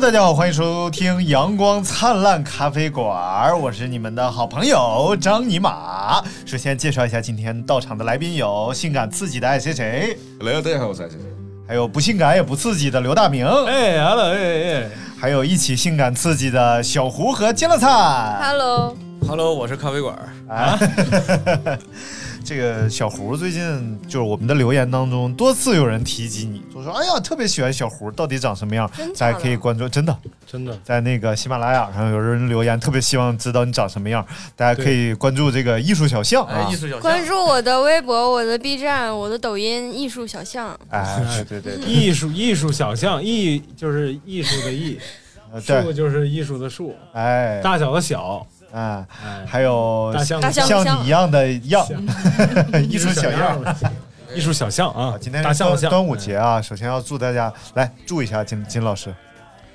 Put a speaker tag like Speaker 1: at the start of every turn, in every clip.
Speaker 1: 大家好，欢迎收听阳光灿烂咖啡馆，我是你们的好朋友张尼玛。首先介绍一下今天到场的来宾有性感刺激的爱谁谁，
Speaker 2: 来，大家好，我是爱谁谁。
Speaker 1: 还有不性感也不刺激的刘大明，
Speaker 3: 哎，hello，哎哎
Speaker 1: 还有一起性感刺激的小胡和金乐灿。
Speaker 4: Hello，
Speaker 3: ，hello，我是咖啡馆儿。
Speaker 1: 啊，这个小胡最近就是我们的留言当中多次有人提及你，就说哎呀特别喜欢小胡，到底长什么样
Speaker 4: 真？的
Speaker 1: 大家可以
Speaker 4: 吗
Speaker 1: 关注，真的
Speaker 3: 真的，
Speaker 1: 在那个喜马拉雅上有人留言，特别希望知道你长什么样，大家可以关注这个艺术小象啊
Speaker 3: 哎，艺，术小
Speaker 4: 关
Speaker 3: 象，
Speaker 4: 注我的微博、我的 B 站、我的抖音“艺术小象
Speaker 1: 哎，对对对
Speaker 3: 艺术艺术小象，艺就是艺术的艺，
Speaker 1: 呃
Speaker 3: 树
Speaker 1: 对，
Speaker 3: 就是艺术的树，
Speaker 1: 哎，
Speaker 3: 大小的小，
Speaker 1: 啊，
Speaker 3: 哎，
Speaker 1: 还有
Speaker 3: 大象
Speaker 4: 大象
Speaker 1: 像你一样的样， 艺术小样。
Speaker 3: 样，艺术小象啊
Speaker 1: 啊，今天
Speaker 3: 大
Speaker 1: 是
Speaker 3: 象的哎
Speaker 1: 端
Speaker 3: 象，
Speaker 1: 端午节啊，首先要祝大家来祝一下金金老师。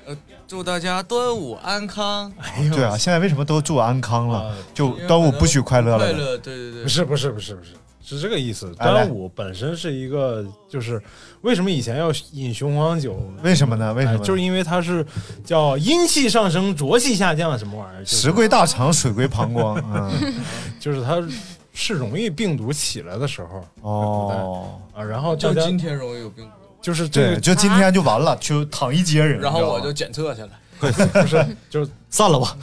Speaker 5: 呃祝大家端午安康，
Speaker 3: 哎呦
Speaker 1: 对啊，，现在为什么都祝安康了
Speaker 3: 啊？
Speaker 1: 就端午不许快乐
Speaker 5: 快
Speaker 1: 了。
Speaker 5: 乐，对对
Speaker 3: 不
Speaker 5: 对，
Speaker 3: 是不是不是不是。是这个意思。
Speaker 1: 哎来
Speaker 3: 端午本身是一个，就是为什么以前要饮雄黄酒？
Speaker 1: 为什么呢？为什么
Speaker 3: 哎
Speaker 1: 呢？
Speaker 3: 就是因为它是叫阴气上升，浊气下降，什么玩意儿？就是
Speaker 1: 石归大肠，水归膀胱。 嗯，
Speaker 3: 就是它是容易病毒起来的时候
Speaker 1: 哦，
Speaker 3: 啊，然后大
Speaker 5: 就
Speaker 3: 家
Speaker 5: 今天容易有病毒，
Speaker 3: 就是这
Speaker 1: 对，
Speaker 3: 个
Speaker 1: 就今天就完了，就躺一街人。
Speaker 5: 然后我
Speaker 1: 你
Speaker 5: 就
Speaker 1: 知
Speaker 5: 检测去了。
Speaker 3: 不是就是
Speaker 6: 散了吧，”。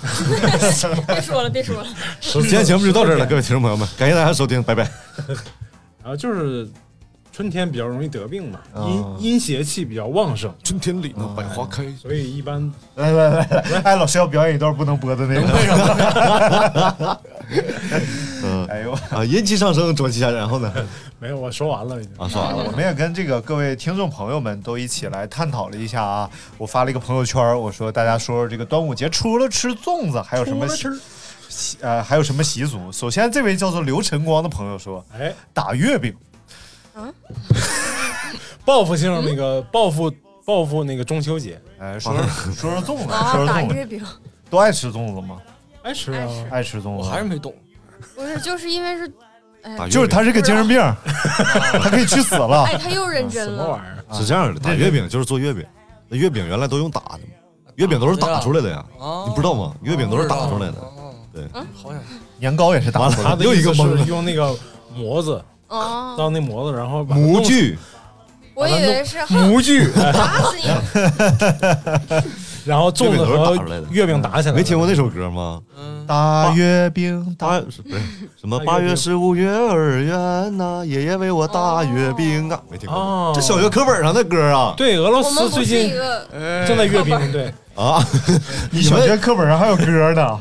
Speaker 4: 别说了，别说了，
Speaker 6: 今天节目就到这儿了，各位听众朋友们，感谢大家收听，拜拜。
Speaker 3: 然后就是春天比较容易得病嘛，
Speaker 1: 哦
Speaker 3: 阴阴邪气比较旺盛，
Speaker 6: 啊
Speaker 3: 哎
Speaker 6: 春天里呢，百花开。
Speaker 3: 所以一般
Speaker 1: 道吗来来来来，哎，老师要表演一段不能播的那 个。
Speaker 6: 嗯
Speaker 1: 哎呦，
Speaker 6: 啊，阴气上升，浊气下降，然后呢？
Speaker 3: 没有我说完了已经。
Speaker 6: 啊，说完了
Speaker 1: 我们也跟这个各位听众朋友们都一起来探讨了一下啊。我发了一个朋友圈，我说大家说说这个端午节除了吃粽子，还有什么习习呃还有什么习俗？首先，这位叫做刘晨光的朋友说
Speaker 3: 哎，
Speaker 1: 打月饼。
Speaker 3: 报复性那个报复报复那个中秋节，
Speaker 1: 哎， 说说说说粽子，
Speaker 4: 啊，
Speaker 1: 说说
Speaker 4: 打
Speaker 1: 粽子，
Speaker 4: 月饼，
Speaker 1: 都爱吃粽子吗？
Speaker 3: 爱吃啊
Speaker 4: 爱，吃
Speaker 1: 爱吃粽
Speaker 5: 我
Speaker 1: 子，
Speaker 5: 还是没懂，
Speaker 4: 不是，就是因为是，哎，
Speaker 6: 打月
Speaker 1: 啊就是他是个精神病，他可以去死了。
Speaker 4: 哎，他又认
Speaker 3: 什
Speaker 4: 真
Speaker 3: 么
Speaker 4: 了，
Speaker 3: 玩意儿？
Speaker 6: 是这样的，打月饼就是做月饼，那月饼原来都用打的嘛，月饼都是打出来的呀，
Speaker 5: 啊
Speaker 6: 你不知道吗？月饼都是打出来的。
Speaker 5: 哦
Speaker 6: 对
Speaker 5: 嗯好想
Speaker 1: 年糕也是打死
Speaker 3: 他
Speaker 1: 的，
Speaker 3: 的
Speaker 6: 啊又一个
Speaker 3: 意思
Speaker 6: 懵了
Speaker 3: 是用那个模子
Speaker 4: 哦，
Speaker 3: 当那模子，然后把它
Speaker 6: 模
Speaker 3: 弄死
Speaker 6: 具，
Speaker 4: 我以为是
Speaker 3: 模具，哎
Speaker 4: 打死你，
Speaker 3: 然后粽子
Speaker 6: 月饼都是打出来
Speaker 3: 和
Speaker 6: 的嗯
Speaker 3: 月饼打起来了，
Speaker 6: 没听过那首歌吗？
Speaker 5: 嗯，
Speaker 6: 啊
Speaker 1: 大月饼大
Speaker 6: 八是不是什么八月十五月儿圆呐，爷爷为我打月饼啊，没听过。
Speaker 3: 哦，
Speaker 6: 这小学课本上的歌啊
Speaker 3: 对俄罗
Speaker 4: 我们
Speaker 3: 斯
Speaker 4: 不
Speaker 3: 最
Speaker 4: 是一
Speaker 3: 近
Speaker 4: 个
Speaker 5: 哎
Speaker 3: 正在阅兵，对，
Speaker 6: 啊！
Speaker 1: 你小学课本上还有歌 呢，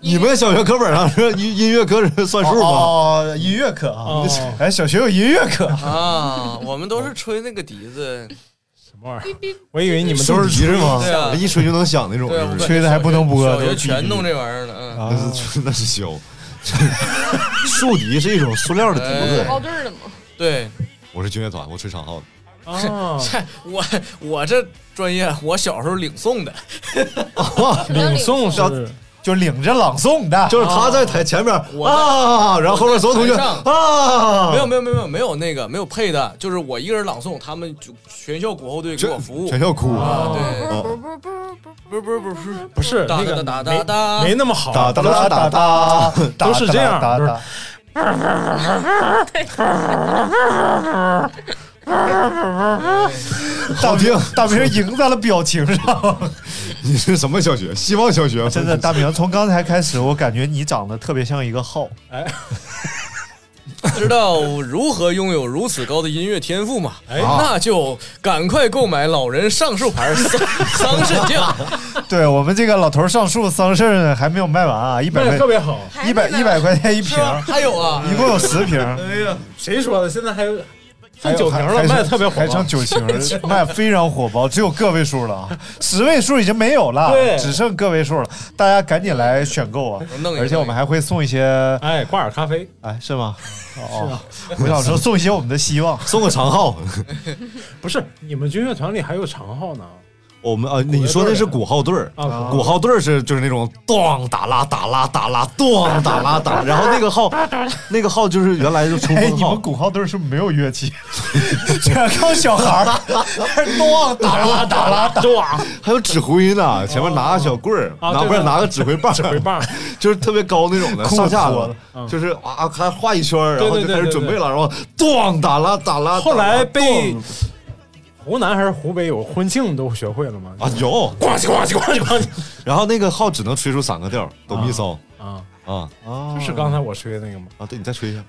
Speaker 6: 你们小学课本上是音音乐课是算数吗？
Speaker 1: 哦，音乐课啊
Speaker 3: 哦，
Speaker 1: 哎，小学有音乐课，
Speaker 5: 啊，我们都是吹那个笛子，
Speaker 3: 什么玩意儿？我以为你们都
Speaker 6: 是笛子吗？
Speaker 5: 对啊
Speaker 6: 一吹就能响那种。
Speaker 5: 对啊，
Speaker 6: 是
Speaker 5: 我
Speaker 6: 不
Speaker 5: 感
Speaker 6: 是
Speaker 5: 觉
Speaker 1: 吹的还不能播
Speaker 5: 小
Speaker 1: 都
Speaker 5: 学
Speaker 1: 是
Speaker 5: 全
Speaker 1: 笛
Speaker 5: 弄这玩意儿呢，嗯
Speaker 1: 啊
Speaker 6: 那是那是箫， 竖笛是一种塑料的笛
Speaker 4: 包
Speaker 6: 子。
Speaker 4: 对儿的嘛，
Speaker 5: 嗯，对，
Speaker 6: 我是军乐团，我吹长号的。
Speaker 3: 啊，
Speaker 5: 这我我这专业，我小时候领诵的，
Speaker 3: 领送
Speaker 4: 什么
Speaker 3: 是
Speaker 1: 就领着朗诵的，
Speaker 6: 就是
Speaker 3: 哦
Speaker 6: 他在台前面
Speaker 5: 我
Speaker 6: 啊，然后后面所有同学
Speaker 5: 我在台上
Speaker 6: 啊，
Speaker 5: 没有没有没有没有那个没有配的，就是我一个人朗诵，他们就全校鼓后队给我服务
Speaker 6: 全，校哭。
Speaker 5: 啊，对。
Speaker 4: 不不
Speaker 5: 不是
Speaker 4: 不不不
Speaker 5: 不是不是
Speaker 3: 不是
Speaker 5: 哒
Speaker 3: 那个
Speaker 5: 哒哒
Speaker 3: 没
Speaker 5: 哒
Speaker 3: 没那么好，
Speaker 6: 哒哒哒哒
Speaker 1: 哒
Speaker 3: 都是这样
Speaker 1: 哒
Speaker 3: 就是
Speaker 1: 哒
Speaker 6: 好听，
Speaker 1: 大明赢在了表情上，
Speaker 6: 你是什么小学？希望小学。啊
Speaker 1: 真的， 大明从刚才开始，我感觉你长得特别像一个 号，
Speaker 5: 知道如何拥有如此高的音乐天赋吗？
Speaker 3: 哎
Speaker 5: 那就赶快购买老人上树牌桑 桑葚酱，
Speaker 1: 对我们这个老头上树桑葚还没有卖完啊，一百
Speaker 3: 卖
Speaker 1: 块
Speaker 3: 的特别啊好。
Speaker 1: 一百一百块钱一瓶
Speaker 5: 是，吧？还有啊，
Speaker 1: 一共有十瓶，
Speaker 3: 哎呀，谁说的？现在还有
Speaker 1: 还
Speaker 3: 剩
Speaker 1: 有
Speaker 3: 九瓶了，
Speaker 1: 还
Speaker 3: 卖的特别火
Speaker 1: 还剩
Speaker 3: 爆。
Speaker 1: 九瓶， 卖得非常火爆，只有个位数了啊，十位数已经没有了，
Speaker 3: 对
Speaker 1: 只剩个位数了，大家赶紧来选购啊
Speaker 5: 弄一！个
Speaker 1: 而且我们还会送一些，
Speaker 3: 哎，挂耳咖啡
Speaker 1: 哎，是吗？哦，
Speaker 3: 啊
Speaker 1: 我想说送一些我们的希望。
Speaker 6: 送个长号，
Speaker 3: 不是你们军乐团里还有长号呢？
Speaker 6: 我们呃，
Speaker 3: 队
Speaker 6: 你说那是鼓号队儿
Speaker 3: 啊
Speaker 6: 鼓号队儿是就是那种咚打啦打啦打啦咚打啦打，然后那个号那个号就是原来就冲
Speaker 1: 哎，
Speaker 6: 锋
Speaker 1: 你
Speaker 6: 号
Speaker 1: 们，鼓号队是不是没有乐器，全靠小孩 儿，咚啊打啦打啦打。
Speaker 3: 哇
Speaker 6: 还有指挥呢，前面拿个小棍儿，
Speaker 3: 啊
Speaker 6: 拿
Speaker 3: 对
Speaker 6: 不是
Speaker 3: 对
Speaker 6: 拿个指挥棒，指
Speaker 3: 回棒，
Speaker 6: 就是特别高 那种的，
Speaker 1: 裤
Speaker 6: 上下
Speaker 1: 脱
Speaker 6: 的
Speaker 1: 了，
Speaker 3: 嗯
Speaker 6: 就是啊，还画一圈儿，然后
Speaker 3: 对
Speaker 6: 就
Speaker 3: 对对
Speaker 6: 开始
Speaker 3: 对
Speaker 6: 准备
Speaker 3: 对
Speaker 6: 了，然后咚打啦打啦。
Speaker 3: 后来
Speaker 6: 打啦
Speaker 3: 被
Speaker 6: 咚
Speaker 3: 湖南还是湖北有婚庆都学会了嘛？
Speaker 6: 啊有，
Speaker 3: 咣叽咣叽咣叽咣叽
Speaker 6: 然后那个号只能吹出三个调儿，哆咪嗦
Speaker 3: 啊！
Speaker 6: 啊
Speaker 1: 哦
Speaker 3: 这是刚才我吹的那个吗？
Speaker 6: 啊！对你再吹一下，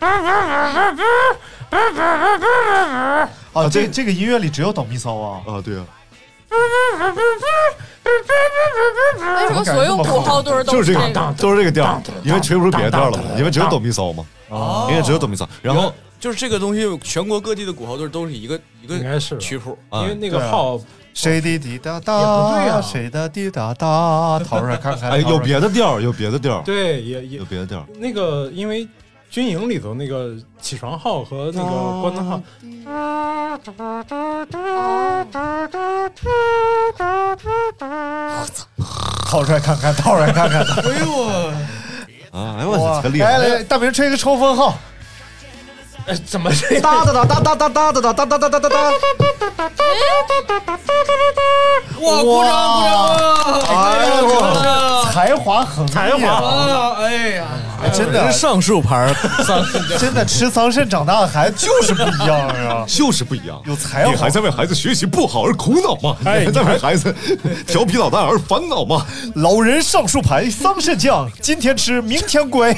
Speaker 1: 啊，这这个音乐里只有哆咪嗦啊。
Speaker 6: 啊对啊，
Speaker 4: 为什么所有鼓号队儿
Speaker 6: 就
Speaker 4: 都
Speaker 6: 是这
Speaker 4: 这
Speaker 6: 个，都是这个调儿，因为吹不出别的调儿了嘛，因为只有哆咪嗦嘛，
Speaker 5: 哦
Speaker 6: 因为只有哆咪嗦。然后
Speaker 5: 就是这个东西，全国各地的鼓号队都是一个一
Speaker 3: 应
Speaker 5: 个
Speaker 3: 该是吧，
Speaker 5: 曲谱。
Speaker 6: 啊
Speaker 3: 因为那个号
Speaker 1: 谁的滴答答？
Speaker 3: 也不对啊
Speaker 1: 谁的滴答答？掏出来看看。
Speaker 6: 哎
Speaker 1: 掏出
Speaker 6: 有
Speaker 1: 来
Speaker 6: 别的调儿，有别的调儿，
Speaker 3: 对也也
Speaker 6: 有别的调儿。
Speaker 3: 那个，因为军营里头那个起床号和那个关灯号，
Speaker 1: 掏出来看看，掏出来看看。
Speaker 5: 哎呦，
Speaker 6: 啊，哎我操，这个厉害！
Speaker 1: 来来，大明吹个冲锋号。
Speaker 3: 哎，怎么这样？
Speaker 6: 哒哒哒哒哒哒哒哒哒哒哒哒哒哒！，
Speaker 5: 哇，鼓掌鼓掌！
Speaker 1: 哎呦才华横溢啊，
Speaker 3: 才华
Speaker 5: 啊，哎呀，
Speaker 1: 哎真的
Speaker 5: 上树牌三
Speaker 1: 真的吃桑葚长大的孩子就是不一样啊
Speaker 6: 就是不一样，
Speaker 1: 有才华
Speaker 6: 你还在为孩子学习不好而苦恼吗？你还在为孩子 调皮捣蛋而烦恼吗？
Speaker 1: 老人上树牌，桑葚酱，今天吃，明天乖。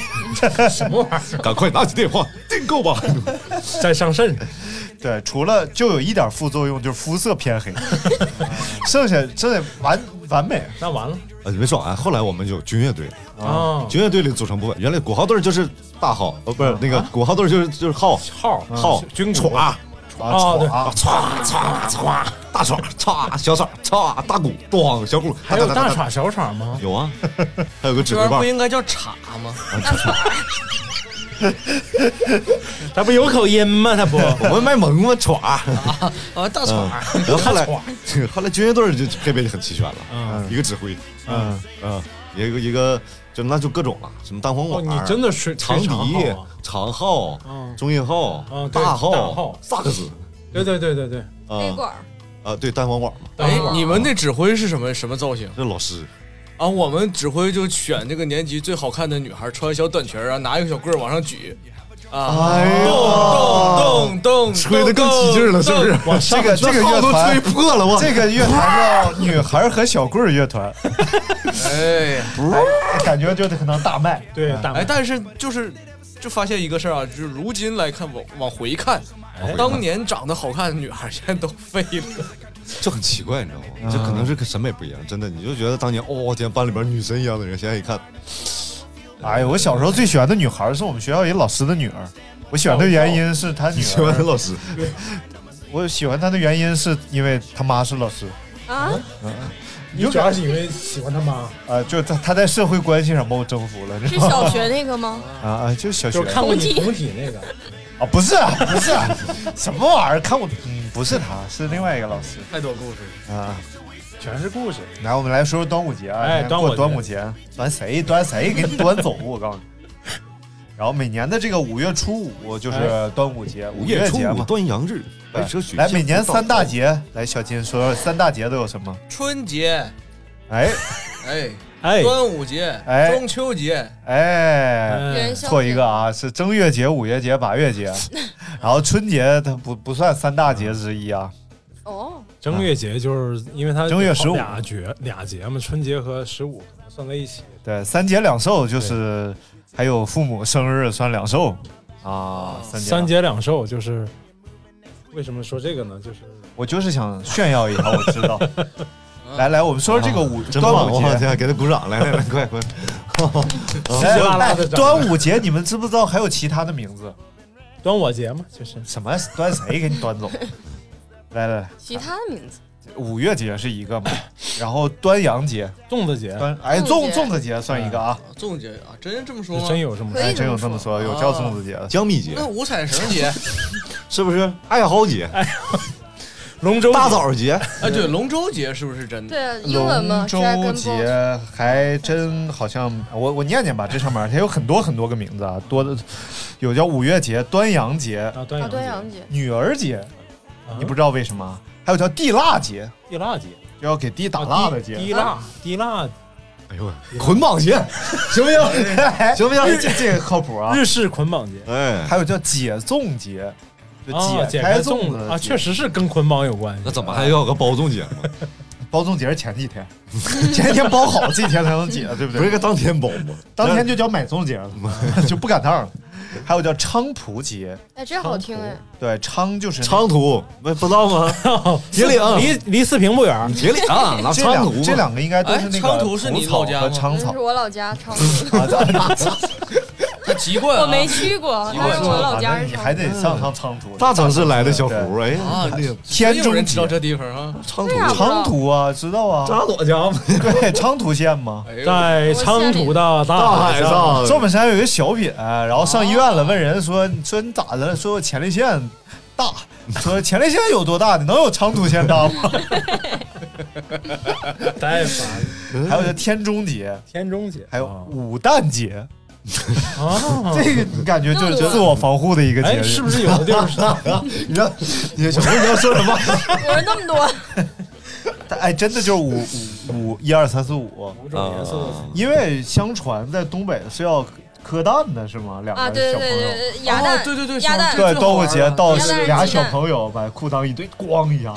Speaker 3: 什么玩意
Speaker 6: 赶快拿起电话订购 吧！
Speaker 3: 儿？在上肾，
Speaker 1: 对，除了就有一点副作用，就是肤色偏 黑，剩下剩下完完美。
Speaker 3: 那完了
Speaker 6: 啊，你别说啊，后来我们有军乐队，
Speaker 3: 啊！
Speaker 6: 军乐队里组成部分，原来鼓号队就是大号，哦，不是那个鼓号队就是就是号
Speaker 3: 嗯啊号嗯
Speaker 6: 号
Speaker 3: 军鼓
Speaker 6: 歘
Speaker 1: 啊
Speaker 3: 哦对
Speaker 1: 啊，
Speaker 6: 歘歘歘，大歘歘小歘歘大鼓咣小鼓，
Speaker 3: 还有
Speaker 6: 哒哒哒
Speaker 3: 大
Speaker 6: 哒哒
Speaker 3: 耍小耍 吗？
Speaker 6: 有啊，还有个指
Speaker 5: 这
Speaker 6: 挥
Speaker 5: 玩意儿
Speaker 6: 棒
Speaker 5: 不，应该叫叉吗？
Speaker 3: 他不有口音吗？他不，
Speaker 6: 我们卖萌 嘛歘。
Speaker 5: 啊，大
Speaker 6: 嗯
Speaker 5: 叉。
Speaker 6: 然后后来，后来军乐队儿就配备就很齐全了，
Speaker 3: 嗯
Speaker 6: 一个指挥，
Speaker 3: 嗯
Speaker 6: 嗯，一个一个就那就各种了，什么单簧
Speaker 3: 哦，
Speaker 6: 管，
Speaker 3: 你真的是
Speaker 6: 长
Speaker 3: 吹
Speaker 6: 笛
Speaker 3: 号啊、
Speaker 6: 长号
Speaker 3: 嗯、
Speaker 6: 中音号
Speaker 3: 嗯、对
Speaker 6: 大
Speaker 3: 大
Speaker 6: 号
Speaker 3: 号、
Speaker 6: 萨克斯，
Speaker 3: 对对对对对，
Speaker 4: 黑
Speaker 6: 啊
Speaker 4: 管哎儿？
Speaker 6: 啊，对单簧管嘛，
Speaker 5: 哎，你们那指挥是什么什么造型
Speaker 6: 这老师
Speaker 5: 啊？我们指挥就选这个年级最好看的女孩，穿小短裙啊，拿一个小棍儿往上举，
Speaker 6: 哦
Speaker 5: 啊，
Speaker 1: 哎呦，
Speaker 5: 动动动，
Speaker 6: 吹的更起劲儿了，是不是？
Speaker 1: 这个这个乐
Speaker 6: 都吹
Speaker 1: 团。
Speaker 6: 破了，我
Speaker 1: 这个乐团叫女孩和小棍儿乐团，
Speaker 5: 是？哎呀，
Speaker 1: 感觉就可能大卖。
Speaker 3: 对大
Speaker 5: 哎，
Speaker 3: 门
Speaker 5: 但是就是就发现一个事儿啊，就是如今来看，往往回看
Speaker 6: 回看，
Speaker 5: 当年长得好看的女孩现在都废了。
Speaker 6: 就很奇怪，你知道吗？这可能是跟审美不一样，真的，你就觉得当年哦，天，班里边女神一样的人，现在一看，
Speaker 1: 哎呦，我小时候最喜欢的女孩是我们学校一老师的女儿，我喜欢的原因是她女
Speaker 6: 哦喜欢的
Speaker 1: 儿，
Speaker 6: 老师，
Speaker 1: 我喜欢她的原因是因为她妈是老师，
Speaker 4: 啊，
Speaker 3: 你主要是因为喜欢他 妈，
Speaker 1: 啊，就是她她在社会关系上把我征服了，
Speaker 4: 是
Speaker 1: 知道吗？
Speaker 4: 小学那个吗？
Speaker 1: 啊啊，就是小学
Speaker 3: 就是看过你
Speaker 4: 同
Speaker 3: 同体那个，
Speaker 1: 啊，不是啊，不是啊，什么玩意儿？看我，嗯，不是她，是另外一个老师
Speaker 5: 太多故事，
Speaker 1: 啊。
Speaker 3: 全是故事。
Speaker 1: 来，我们来说说端午节啊！
Speaker 3: 哎
Speaker 1: 你看
Speaker 3: 端午
Speaker 1: 过
Speaker 3: 节
Speaker 1: 端午节，端谁？端谁？给你端走！啊我告诉 你。然后每年的这个五月初五就是端午节，哎
Speaker 6: 午
Speaker 1: 五
Speaker 6: 夜
Speaker 1: 月
Speaker 6: 初
Speaker 1: 节
Speaker 6: 五
Speaker 1: 嘛。哎
Speaker 6: 端阳日，白蛇许
Speaker 1: 来，每年三大节，来，小金说说三大节都有什么？
Speaker 5: 春节，
Speaker 1: 哎
Speaker 5: 哎，
Speaker 3: 哎
Speaker 5: 端午节，
Speaker 1: 哎
Speaker 5: 中秋节，啊
Speaker 1: 哎，
Speaker 4: 元
Speaker 3: 嗯
Speaker 4: 宵
Speaker 1: 错一个啊，是正月节、五月节、八月 节，啊然后春节它不不算三大节之一啊。
Speaker 4: 哦，
Speaker 3: 正月节就是因为它
Speaker 1: 正月15
Speaker 3: 俩节俩节嘛，春节和十五可能算在一起。
Speaker 1: 对，三节两寿就是还有父母生日算两寿啊，三节两
Speaker 3: 三节两寿就是为什么说这个呢？就是
Speaker 1: 我就是想炫耀一下，我知道。
Speaker 4: 嗯
Speaker 1: 来来，我们说这个五
Speaker 6: 啊真
Speaker 1: 端
Speaker 6: 棒！
Speaker 1: 午
Speaker 6: 我
Speaker 1: 节，
Speaker 6: 天，给他鼓掌！来来来，快快！
Speaker 1: 来
Speaker 3: 稀稀拉拉
Speaker 1: 来
Speaker 3: 地长
Speaker 1: 哎端午节，你们知不知道还有其他的名字？
Speaker 3: 端午节嘛，就是
Speaker 1: 什么端谁给你端走？来来，来，
Speaker 4: 其他的名字
Speaker 1: 五月节是一个嘛，然后端阳节、
Speaker 3: 粽子节，
Speaker 1: 端哎粽
Speaker 4: 粽子节
Speaker 1: 粽子节算一个啊，
Speaker 5: 啊粽节啊，真这么说
Speaker 3: 是
Speaker 5: 吗？
Speaker 3: 真有这么
Speaker 4: 可以
Speaker 1: 哎，
Speaker 3: 说。
Speaker 1: 真有这么
Speaker 4: 哦
Speaker 1: 说，有叫粽子节的。
Speaker 6: 江米节
Speaker 5: 那五彩绳节，
Speaker 6: 是不是？爱好节
Speaker 3: 龙舟
Speaker 6: 大枣节，
Speaker 5: 哎，对，龙舟节是不是真的？
Speaker 4: 对，啊英文嘛
Speaker 1: 龙舟
Speaker 4: Dragon
Speaker 1: 节
Speaker 4: Boat，
Speaker 1: 还真好像我我念念吧，这上面它有很多很多个名字啊，多的有叫五月节、端阳节、
Speaker 3: 啊，端
Speaker 4: 啊，端
Speaker 3: 阳
Speaker 4: 阳
Speaker 3: 节，
Speaker 4: 节，
Speaker 1: 女儿节，你不
Speaker 3: 是
Speaker 1: 知道为什么？还有叫地腊节，
Speaker 3: 地腊节，
Speaker 1: 就要给地打蜡的节。
Speaker 3: 地腊地腊
Speaker 6: 哎呦，哦捆 绑节，行不行？行不
Speaker 1: 哎
Speaker 6: 行？
Speaker 1: 这这个靠谱啊！
Speaker 3: 日式捆绑节，
Speaker 6: 哎，
Speaker 1: 还有叫解粽节，就
Speaker 6: 哦
Speaker 3: 啊，解
Speaker 1: 开
Speaker 3: 开
Speaker 1: 粽
Speaker 3: 粽
Speaker 1: 子
Speaker 3: 子
Speaker 1: 的
Speaker 3: 啊，
Speaker 1: 节
Speaker 3: 确实是跟捆绑有关系。
Speaker 6: 那怎么还要有个包粽节吗？
Speaker 1: 包粽节是前几天，前一天包好，这几天才能解，对不
Speaker 6: 不是
Speaker 1: 对？
Speaker 6: 个当天包吗？
Speaker 1: 当天就叫买粽节了， 就不赶趟了。还有叫菖蒲节，
Speaker 4: 哎，这好听哎，
Speaker 1: 对，菖就是那个
Speaker 6: 昌图，不不知道吗？ 铁岭，
Speaker 1: 啊
Speaker 3: 离离四平不远，
Speaker 6: 铁岭，那
Speaker 1: 这
Speaker 6: 昌
Speaker 1: 两
Speaker 6: 图嘛
Speaker 1: 这两个应该都是那个
Speaker 5: 哎菖蒲是你老家吗
Speaker 1: 蒲草和菖
Speaker 4: 那是
Speaker 1: 草。
Speaker 4: 我老家 昌平，
Speaker 1: 啊咱
Speaker 5: 他籍贯啊
Speaker 4: 我没去过，
Speaker 5: 习惯
Speaker 4: 但是我老家
Speaker 1: 啊那
Speaker 4: 是
Speaker 1: 你
Speaker 4: 昌
Speaker 1: 还
Speaker 4: 平。
Speaker 1: 得上趟菖蒲。
Speaker 6: 大城市来的小胡，哎，
Speaker 5: 啊，
Speaker 1: 天
Speaker 5: 真有人
Speaker 1: 中
Speaker 5: 知道
Speaker 1: 节
Speaker 5: 这地方啊？
Speaker 6: 昌
Speaker 4: 对啊
Speaker 6: 图，
Speaker 1: 昌图啊，知道啊，
Speaker 6: 朵家吗？
Speaker 1: 对，昌图县嘛。
Speaker 5: 哎呦，
Speaker 3: 在昌图的
Speaker 6: 大
Speaker 3: 大
Speaker 6: 海
Speaker 3: 上，
Speaker 6: 上，
Speaker 1: 赵本山有一个小品，然后上医院了，问人说：“你说你咋的了？说我前列腺大，说前列腺有多大？你能有昌图县大吗
Speaker 3: 太烦了。？”
Speaker 1: 还有叫天中节，
Speaker 3: 天中节，
Speaker 1: 还有
Speaker 3: 啊
Speaker 1: 五蛋节，
Speaker 3: 啊，
Speaker 1: 这个你感觉就是自我防护的一个节
Speaker 3: 哎，
Speaker 1: 日，
Speaker 3: 是 不是有的地儿是？
Speaker 1: 你知道，你小时候你要说什么？
Speaker 4: 我人那么 多，
Speaker 1: 哎，真的就是五五五一二三四五，
Speaker 3: 五种颜色的符
Speaker 1: 因为相传在东北是要磕蛋的，是吗？两个
Speaker 4: 啊，对
Speaker 1: 小
Speaker 4: 对
Speaker 1: 朋
Speaker 4: 对
Speaker 1: 友。
Speaker 4: 对，鸭蛋，
Speaker 5: 哦对对对
Speaker 4: 鸭蛋
Speaker 5: 小
Speaker 1: 对，
Speaker 5: 这
Speaker 1: 端午
Speaker 5: 好
Speaker 1: 节
Speaker 5: 玩啊
Speaker 1: 到
Speaker 4: 鸭蛋
Speaker 1: 俩
Speaker 4: 鸡
Speaker 1: 小
Speaker 4: 蛋
Speaker 1: 朋友把裤裆一堆，咣一下，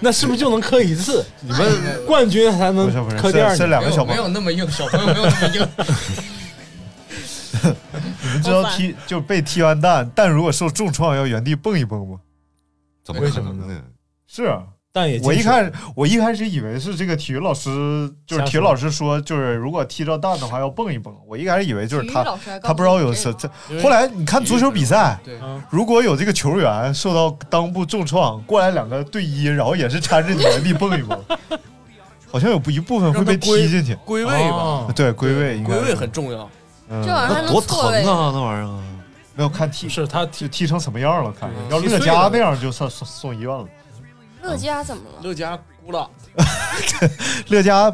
Speaker 3: 那是不是就能磕一次？
Speaker 1: 你们
Speaker 3: 冠军还
Speaker 1: 不
Speaker 3: 能
Speaker 1: 是不是，
Speaker 3: 磕第
Speaker 1: 这
Speaker 3: 二
Speaker 1: 这
Speaker 3: 名？
Speaker 1: 两个小朋
Speaker 5: 没
Speaker 1: 友，
Speaker 5: 有那么硬，小朋友 没有那么硬。
Speaker 1: 你们知道踢就被踢完蛋，蛋如果受重创要原地蹦一蹦吗？
Speaker 6: 怎么
Speaker 3: 为
Speaker 6: 可
Speaker 3: 什么
Speaker 6: 能呢？
Speaker 1: 是啊
Speaker 3: 但也进
Speaker 1: 我一
Speaker 3: 水
Speaker 1: 开始我一开始以为是这个体育老师，就是
Speaker 3: 瞎
Speaker 1: 体育
Speaker 3: 说
Speaker 1: 老师说，就是如果踢着蛋的话要蹦一蹦。我一开始以为就是
Speaker 4: 体育
Speaker 1: 他
Speaker 4: 老师还告诉
Speaker 1: 他不知道有
Speaker 4: 我
Speaker 1: 是
Speaker 4: 这
Speaker 1: 这
Speaker 4: 个，
Speaker 1: 后来你看足球比赛，
Speaker 5: 对，
Speaker 1: 如果有这个球员受到裆部重创，过来两个对一，然后也是缠着你原地蹦一 蹦，好像有一部分会被踢进去。
Speaker 5: 归位吧，
Speaker 3: 哦
Speaker 1: 对，归位应该
Speaker 5: 归位很重要。
Speaker 1: 嗯
Speaker 4: 这玩意儿还
Speaker 6: 那
Speaker 4: 能
Speaker 6: 多
Speaker 4: 错
Speaker 6: 疼
Speaker 4: 位，
Speaker 6: 啊，那玩意儿。
Speaker 1: 没有看踢
Speaker 3: 是他
Speaker 1: 就
Speaker 3: 踢
Speaker 1: 踢成什么样了，看
Speaker 3: 对
Speaker 1: 要
Speaker 3: 踢
Speaker 1: 乐
Speaker 3: 碎
Speaker 1: 嘉
Speaker 3: 了
Speaker 1: 那样就送送送医院了。
Speaker 4: 乐嘉怎么了？
Speaker 5: 乐嘉孤了，
Speaker 1: 乐嘉
Speaker 3: 啊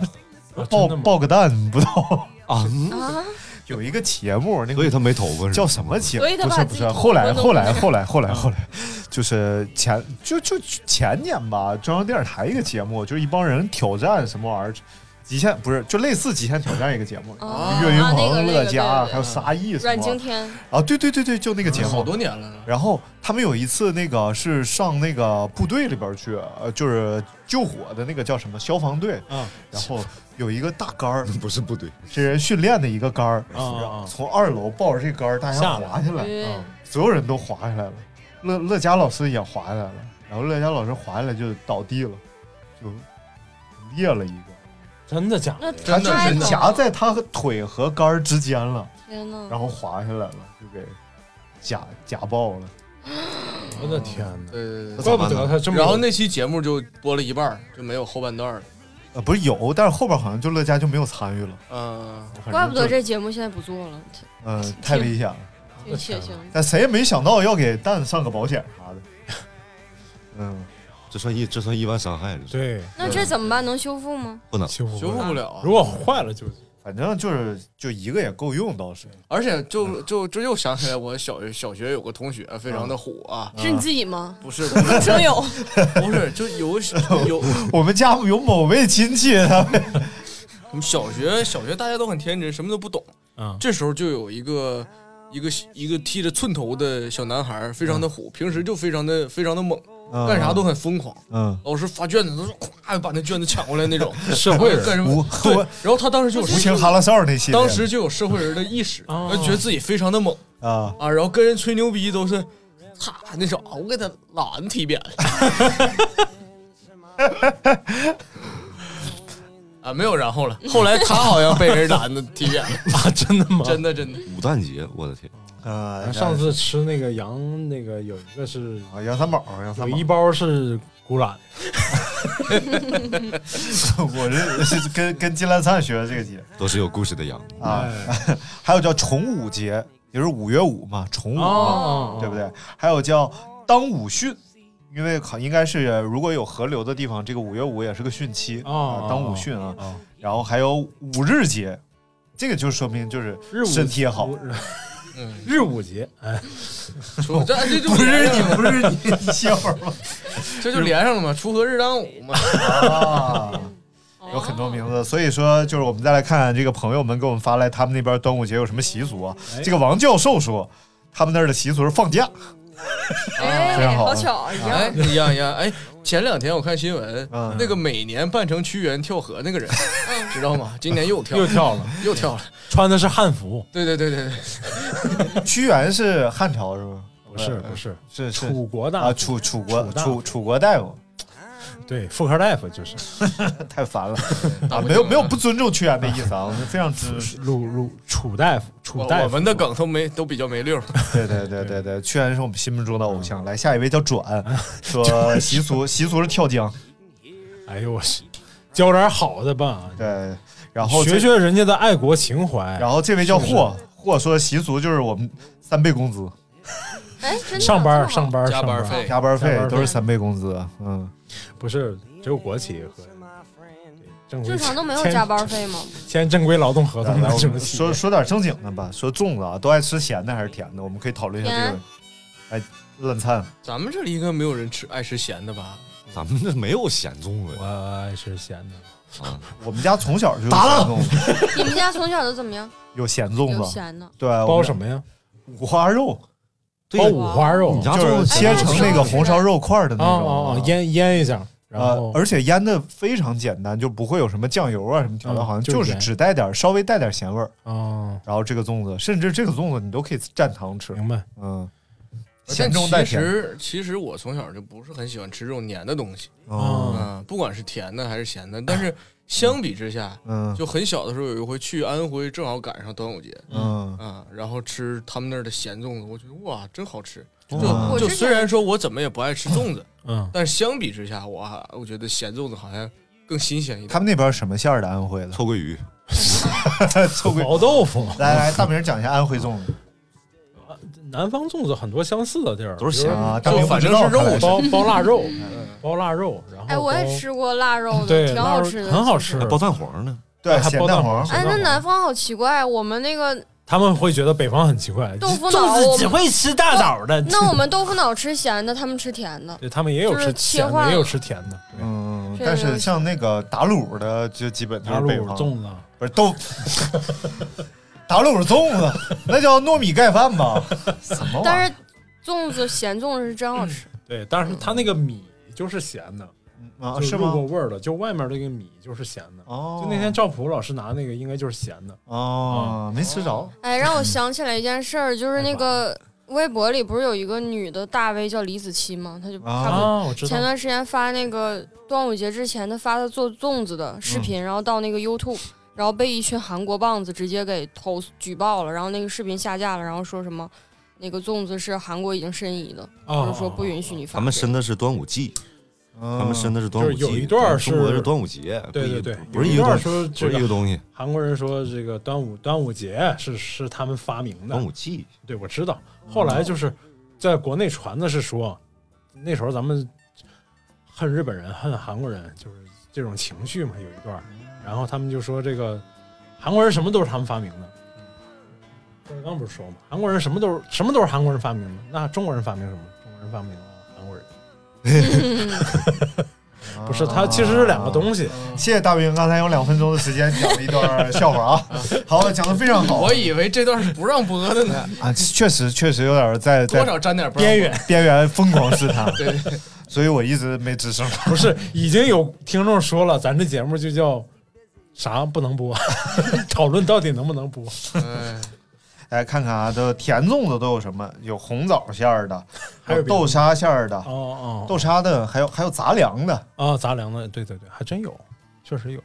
Speaker 1: 爆
Speaker 3: 真的吗
Speaker 1: 爆个蛋，你不知道？
Speaker 6: 啊，嗯
Speaker 4: 啊，
Speaker 1: 有一个节目，那
Speaker 6: 所
Speaker 1: 个
Speaker 6: 以他没头发是吧
Speaker 1: 叫什么节目
Speaker 4: 所以？他
Speaker 1: 不
Speaker 4: 把
Speaker 1: 是
Speaker 4: 自
Speaker 1: 不
Speaker 4: 己
Speaker 1: 是，
Speaker 4: 头
Speaker 1: 后来
Speaker 4: 发弄
Speaker 1: 后来
Speaker 4: 出来
Speaker 1: 后来后来后来，就是前就就前年吧，中央电视台一个节目，就是一帮人挑战什么玩意儿。极限不是，就类似《极限挑战》一个节目，
Speaker 4: 啊
Speaker 1: 岳云
Speaker 4: 啊那个
Speaker 1: 鹏、
Speaker 4: 那
Speaker 1: 乐
Speaker 4: 个
Speaker 1: 嘉，
Speaker 4: 对对
Speaker 1: 还有沙溢什
Speaker 4: 阮
Speaker 1: 么
Speaker 4: 经天
Speaker 1: 啊，对对对对，就那个节目，
Speaker 5: 好多年了呢。
Speaker 1: 然后他们有一次那个是上那个部队里边去，呃，就是救火的那个叫什么消防队，
Speaker 3: 啊
Speaker 1: 然后有一个大杆儿，
Speaker 6: 不是不对，
Speaker 1: 是人训练的一个杆儿，
Speaker 3: 啊啊啊！
Speaker 1: 从二楼抱着这杆儿，大家
Speaker 3: 下来
Speaker 1: 滑下来，
Speaker 4: 对
Speaker 1: 嗯所有人都滑下来了，乐乐嘉老师也滑下来了，然后乐嘉老师滑下来就倒地了，就裂了一个，
Speaker 3: 真的假的？
Speaker 4: 那
Speaker 1: 他
Speaker 5: 真
Speaker 1: 就
Speaker 5: 的
Speaker 1: 是
Speaker 5: 真的
Speaker 1: 夹在他和腿和杆儿之间了，
Speaker 4: 天呐，
Speaker 1: 然后滑下来了，就给夹夹爆了。
Speaker 3: 我的天哪！
Speaker 5: 对对对
Speaker 6: 那怎
Speaker 3: 怪
Speaker 6: 么
Speaker 3: 不
Speaker 6: 办
Speaker 3: 得
Speaker 6: 呢
Speaker 3: 他这么有。
Speaker 5: 然后那期节目就播了一半儿，就没有后半段了。
Speaker 1: 呃，不是有，但是后边好像就乐嘉就没有参与了。
Speaker 5: 嗯，
Speaker 1: 反正
Speaker 4: 怪不得
Speaker 1: 就，
Speaker 4: 这节目现在不做了，挺
Speaker 1: 嗯、太危险了。
Speaker 4: 挺血腥的。
Speaker 1: 但谁也没想到要给蛋上个保险啥的。 嗯，
Speaker 6: 这算意这算意外伤害，这是
Speaker 3: 对
Speaker 4: 那这怎么办？能修复吗？
Speaker 6: 不能
Speaker 3: 修复
Speaker 5: 修复不了啊
Speaker 3: 如。果坏了就
Speaker 1: 反正就是就一个也够用，倒是。
Speaker 5: 而且就就就又想起来，我小学小学有个同学非常的虎啊，
Speaker 1: 嗯
Speaker 4: 是你自己吗？
Speaker 5: 不是不是
Speaker 4: 真有，
Speaker 5: 不是，就有有
Speaker 1: 我们家有某位亲戚，他们
Speaker 5: 我们小学小学大家都很天真，什么都不懂。
Speaker 3: 啊
Speaker 5: 这时候就有一个一个一个剃着寸头的小男孩，非常的虎，平时就非常的非常的猛，干啥都很疯狂。
Speaker 1: 嗯，
Speaker 5: 老师发卷子，都是咵把那卷子抢过来那 种
Speaker 3: 社会 人
Speaker 5: 干什
Speaker 1: 无
Speaker 5: 么？对，然后他当时就有
Speaker 1: 嗯无情哈拉哨那系列，
Speaker 5: 当时就有社会人的意识，
Speaker 3: 哦
Speaker 5: 然后觉得自己非常的猛
Speaker 1: 啊，
Speaker 5: 啊，然后跟人吹牛逼都是，擦那种我给他懒踢扁了。 啊，没有然后了。后来他好像被人懒得踢扁了，
Speaker 3: 啊，真的吗？
Speaker 5: 真的真的。
Speaker 6: 五蛋节，我的天，
Speaker 1: 呃，
Speaker 3: 上次吃那个羊，那个有一个是
Speaker 1: 啊，杨三宝，杨
Speaker 3: 有
Speaker 1: 三宝
Speaker 3: 一，包是古兰，
Speaker 1: 我这是跟跟金兰灿学的这个节
Speaker 6: 都是有故事的羊。
Speaker 1: 啊，
Speaker 3: 哎
Speaker 1: 还有叫重五节，也是五月五嘛，重五嘛，
Speaker 3: 哦
Speaker 1: 对不？对？还有叫当武训，因为好应该是如果有河流的地方，这个五月五也是个汛期
Speaker 3: 哦
Speaker 1: 啊，当五汛啊。
Speaker 3: 啊，
Speaker 1: 然后还有五日节，这个就说明就是
Speaker 3: 日舞
Speaker 1: 身体也好。
Speaker 5: 嗯，
Speaker 3: 日舞节，哎，
Speaker 5: 楚这这就
Speaker 1: 哦不
Speaker 5: 连
Speaker 1: 是
Speaker 5: 上
Speaker 1: 你
Speaker 5: 了，
Speaker 1: 不是你，你笑话 吗？
Speaker 5: 这就连上了嘛，锄禾日当午嘛。
Speaker 1: 啊，有
Speaker 4: 有
Speaker 1: 很多名字，所以说就是我们再来看这个朋友们给我们发来他们那边端午节有什么习俗啊？
Speaker 3: 哎
Speaker 1: 这个王教授说，他们那儿的习俗是放假。非常
Speaker 4: 哎，
Speaker 1: 好啊
Speaker 4: 好巧，一
Speaker 5: 哎
Speaker 4: 样，
Speaker 5: 一样一样。哎，前两天我看新闻，
Speaker 1: 嗯
Speaker 5: 那个每年扮成屈原跳河那个人，知道吗？今年又跳
Speaker 3: 又跳了，
Speaker 5: 又跳了。
Speaker 3: 穿的是汉服，
Speaker 5: 对对对对对，
Speaker 1: 屈原是汉朝是吗？
Speaker 3: 不是不是，
Speaker 1: 是是
Speaker 3: 楚国大
Speaker 1: 啊，楚
Speaker 3: 夫
Speaker 1: 楚国
Speaker 3: 楚大
Speaker 1: 楚楚国大夫啊
Speaker 3: 对，妇科大夫就是
Speaker 1: 太烦了
Speaker 5: 大
Speaker 1: 啊！
Speaker 5: 不
Speaker 1: 没有
Speaker 5: 敬
Speaker 1: 没有
Speaker 5: 啊
Speaker 1: 不尊重屈原的意 思啊，我们非常支持。
Speaker 3: 鲁鲁楚大夫，楚
Speaker 5: 我
Speaker 3: 大夫，
Speaker 5: 我们的梗都没都比较没溜儿。
Speaker 1: 对对对对对，屈原是我们心目中的偶像。来，下一位叫嗯 转，说习 俗习俗是跳江，
Speaker 3: 哎呦我去，教点好的吧，
Speaker 1: 对，然后
Speaker 3: 学
Speaker 1: 这，
Speaker 3: 学人家的爱国情怀
Speaker 1: 然，后这位叫
Speaker 3: 是不是
Speaker 1: 霍霍说习俗就是我们三倍工资，
Speaker 4: 哎，真的
Speaker 3: 上班上
Speaker 4: 班，
Speaker 3: 班
Speaker 5: 加
Speaker 3: 上
Speaker 5: 班
Speaker 3: 班
Speaker 5: 费
Speaker 1: 加班
Speaker 3: 加
Speaker 1: 费
Speaker 3: 班费
Speaker 1: 都是三倍工资，嗯，
Speaker 3: 不是只有国企和正规
Speaker 4: 正常都没有加班费吗？
Speaker 3: 签正规劳动合
Speaker 1: 来
Speaker 3: 同
Speaker 1: 来
Speaker 3: 的
Speaker 1: 啊我
Speaker 3: 这种
Speaker 1: 们
Speaker 3: 企
Speaker 1: 说
Speaker 3: 业，
Speaker 1: 说点正经的吧，说粽子啊，都爱吃咸的还是甜的？我们可以讨论一下这个
Speaker 4: 甜，
Speaker 1: 哎，冷餐
Speaker 5: 咱们这里应该没有人吃爱吃咸的吧？
Speaker 6: 咱们这没有咸粽子
Speaker 3: 我
Speaker 6: 呀
Speaker 3: 爱吃咸的，
Speaker 6: 啊！
Speaker 1: 我们家从小就有
Speaker 6: 打
Speaker 1: 咸
Speaker 6: 了
Speaker 1: 粽子，
Speaker 4: 你们家从小都怎么样？
Speaker 1: 有咸粽
Speaker 4: 有
Speaker 1: 子，
Speaker 4: 闲的，
Speaker 1: 对，我
Speaker 3: 包
Speaker 1: 们
Speaker 3: 什么呀？
Speaker 1: 五花肉，
Speaker 6: 对
Speaker 3: 包
Speaker 6: 呀
Speaker 3: 五花肉
Speaker 6: 你家
Speaker 1: 就
Speaker 6: 粽
Speaker 1: 是
Speaker 6: 子
Speaker 1: 切成那个红烧肉块的
Speaker 3: 啊
Speaker 1: 那
Speaker 3: 啊啊
Speaker 1: 种，，
Speaker 3: 腌腌一下，然
Speaker 1: 呃
Speaker 3: 后，
Speaker 1: 而且腌的非常简单，就不会有什么酱油啊什么调料，
Speaker 3: 嗯
Speaker 1: 好像
Speaker 3: 就是
Speaker 1: 就是
Speaker 3: 盐
Speaker 1: 只带点儿稍微带点儿咸味儿。
Speaker 3: 啊，
Speaker 1: 然后这个粽子，甚至这个粽子你都可以蘸糖吃，
Speaker 3: 明白，
Speaker 1: 嗯，咸
Speaker 5: 但
Speaker 1: 中带
Speaker 5: 其
Speaker 1: 甜，
Speaker 5: 实其实我从小就不是很喜欢吃这种黏的东西，
Speaker 1: 嗯
Speaker 3: 啊
Speaker 5: 嗯，不管是甜的还是咸的，但是相比之下，
Speaker 1: 嗯
Speaker 5: 就很小的时候有一回去安徽，正好赶上端午节，
Speaker 1: 嗯
Speaker 5: 啊，然后吃他们那儿的咸粽子，我觉得哇，真好吃。
Speaker 1: 哇
Speaker 5: 哦就就虽然说我怎么也不爱吃粽子，
Speaker 3: 嗯，
Speaker 5: 但是相比之下，我还我觉得咸粽子好像更新鲜一点。
Speaker 1: 他们那边什么馅儿的？安徽的，
Speaker 6: 臭鳜鱼，
Speaker 1: 臭鳜。
Speaker 3: 毛豆腐，
Speaker 1: 来来，大明讲一下安徽粽子
Speaker 3: 南方粽子很多相似的地儿，
Speaker 6: 都
Speaker 3: 比
Speaker 6: 是
Speaker 3: 如
Speaker 6: 咸
Speaker 3: 说
Speaker 1: 啊，大
Speaker 5: 就
Speaker 1: 明
Speaker 5: 反正是肉
Speaker 1: 包
Speaker 3: 包包腊肉，
Speaker 5: 嗯
Speaker 3: 包腊肉，然后
Speaker 4: 哎，我
Speaker 3: 包
Speaker 4: 也，吃过腊肉的，
Speaker 3: 对，
Speaker 4: 挺
Speaker 3: 腊
Speaker 4: 好
Speaker 3: 肉
Speaker 4: 吃的，
Speaker 3: 很好
Speaker 4: 其
Speaker 3: 吃
Speaker 4: 实
Speaker 6: 哎，包蛋黄呢？
Speaker 1: 对
Speaker 3: 还包
Speaker 1: 咸蛋
Speaker 3: 蛋
Speaker 1: 黄
Speaker 3: 黄，
Speaker 4: 哎，那
Speaker 3: 是吧
Speaker 4: 南方好奇怪，我们 那个
Speaker 3: 他们会觉得北方很奇怪，
Speaker 4: 豆腐脑，
Speaker 6: 粽
Speaker 4: 我
Speaker 6: 子只
Speaker 4: 们
Speaker 6: 会吃大枣的，
Speaker 4: 那我们豆腐脑吃咸的，他们吃甜的。
Speaker 3: 对他们也有
Speaker 4: 就是
Speaker 3: 吃
Speaker 4: 切
Speaker 3: 咸
Speaker 4: 换
Speaker 3: 的，也有
Speaker 4: 了
Speaker 3: 吃甜的，对
Speaker 1: 嗯，
Speaker 4: 这个
Speaker 1: 但
Speaker 4: 有
Speaker 1: 是
Speaker 4: 点
Speaker 1: 像那个打卤的，就基本就
Speaker 3: 打
Speaker 1: 是
Speaker 3: 卤
Speaker 1: 北方
Speaker 3: 粽子，
Speaker 1: 不是豆，打卤粽 子，啊那叫糯米盖饭吧？什么玩意儿？
Speaker 4: 但是粽子咸粽子是真好
Speaker 3: 嗯
Speaker 4: 吃，
Speaker 3: 对，但是它那个米就是咸的，
Speaker 1: 嗯啊，
Speaker 3: 就是入
Speaker 1: 吗
Speaker 3: 过？味儿了，就外面那个米就是咸的。
Speaker 1: 哦，
Speaker 3: 就那天赵普老师拿那个，应该就是咸的。
Speaker 1: 哦，没吃着。
Speaker 4: 哎，让我想起来一件事儿，就是那个微博里不是有一个女的大 V 叫李子柒吗？她就
Speaker 3: 啊
Speaker 4: 她
Speaker 3: 我
Speaker 4: 不
Speaker 3: 知
Speaker 4: 前段时间发那个端午节之前，她发她做粽子的视频，然后到那个 YouTube，然后被一群韩国棒子直接给投举报了，然后那个视频下架了，然后说什么那个粽子是韩国已经申遗的，
Speaker 3: 啊
Speaker 4: 就是说不允许你发
Speaker 5: 哦
Speaker 4: 这个。
Speaker 6: 咱们申的是端午祭，
Speaker 1: 嗯他
Speaker 6: 咱们申的是端午祭，
Speaker 3: 就是有一段是
Speaker 6: 中国是端午节，
Speaker 3: 对
Speaker 6: 不一
Speaker 3: 对对，
Speaker 6: 不是
Speaker 3: 有
Speaker 6: 一
Speaker 3: 一
Speaker 6: 个东
Speaker 3: 段
Speaker 6: 西，
Speaker 3: 说
Speaker 6: 不
Speaker 3: 这
Speaker 6: 是一
Speaker 3: 个
Speaker 6: 个东西，
Speaker 3: 韩国人说这个端午端午节是是他们发明
Speaker 6: 端
Speaker 3: 的，
Speaker 6: 午祭
Speaker 3: 对我知道。后来就是在国内传的是说，那时候咱们恨日本人恨韩国人，就是这种情绪嘛，有一段儿。然后他们就说这个韩国人什么都是他们发明的。郭德纲不是说嘛，韩国人什么都是什么都是韩国人发明的，那中国人发明什么？中国人发明了韩国人。不是，它其实是两个东西。
Speaker 1: 啊
Speaker 5: 嗯
Speaker 1: 谢谢大兵，刚才用两分钟的时间讲了一段笑话 啊，好，讲的非常好
Speaker 5: 我以为这段是不让播的 呢，
Speaker 1: 啊，确实确实有点在
Speaker 5: 多
Speaker 1: 在
Speaker 5: 少沾点不让播
Speaker 3: 边缘
Speaker 1: 边缘疯狂试探，
Speaker 5: 对 对对
Speaker 1: 所以我一直没吱声。
Speaker 3: 不是，已经有听众说了，咱这节目就叫啥不能播， 讨论到底能不能播。
Speaker 5: 哎
Speaker 1: 来看看啊，这甜粽子都有什么？有红枣馅儿的，
Speaker 3: 还有别的
Speaker 1: 豆沙馅儿的
Speaker 3: 哦，哦，
Speaker 1: 豆沙的，还有还有杂粮的。
Speaker 3: 啊，杂粮的，对对对，还真有，确实有。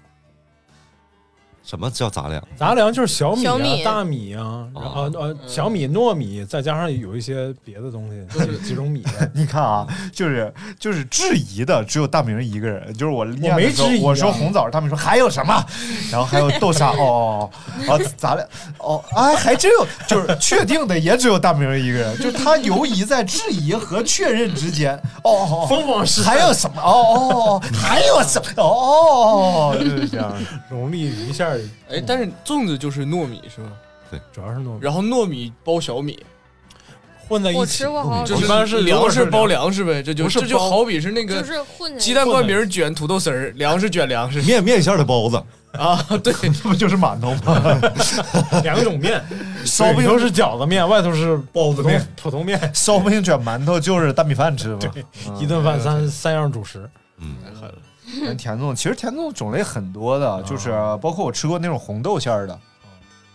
Speaker 6: 什么叫杂粮？
Speaker 3: 杂粮就是小米啊、
Speaker 4: 小米嗯
Speaker 3: 大米啊，然后呃呃小米、糯米，再加上有一些别的东西，
Speaker 5: 就是
Speaker 3: 几几种米。
Speaker 1: 你看啊，就是就是质疑的只有大明一个人，就是我念的时候
Speaker 3: 我没质疑啊
Speaker 1: 我说红枣，大明说还有什么，然后还有豆沙，哦哦哦，啊咱俩哦哎还真有，就是确定的也只有大明一个人，就是他游移在质疑和确认之间，哦哦哦，
Speaker 3: 疯狂是
Speaker 1: 还有什么？哦哦哦，还有什么？哦哦哦，就是这样。
Speaker 3: 容力一下儿
Speaker 5: 哎，但是粽子就是糯米是吧？
Speaker 3: 主要是糯米
Speaker 5: 然后糯米包小米，
Speaker 3: 混在一
Speaker 4: 我
Speaker 3: 起
Speaker 4: 吃。过，好好
Speaker 5: 这
Speaker 4: 吃，
Speaker 3: 一般是
Speaker 5: 粮食包
Speaker 3: 如果是
Speaker 5: 粮食呗，这就
Speaker 3: 不是
Speaker 5: 这就
Speaker 3: 包
Speaker 5: 好比是那
Speaker 4: 就
Speaker 5: 个
Speaker 4: 是混
Speaker 5: 鸡
Speaker 4: 在
Speaker 5: 蛋灌饼卷土豆丝儿，粮食卷粮食
Speaker 6: 面面馅儿的包子，
Speaker 5: 啊，对，
Speaker 1: 这不就是馒头吗？
Speaker 3: 两种面，
Speaker 1: 烧
Speaker 3: 里
Speaker 1: 饼
Speaker 3: 头是饺子面，外头是
Speaker 1: 包
Speaker 3: 普
Speaker 1: 子
Speaker 3: 通
Speaker 1: 面、
Speaker 3: 普通面，
Speaker 1: 烧饼卷馒头就是大米饭吃嘛。嗯
Speaker 3: 一顿饭三三样主食。
Speaker 6: 嗯，
Speaker 1: 嗯甜粽，其实甜粽种类很多的，就是包括我吃过那种红豆馅儿的，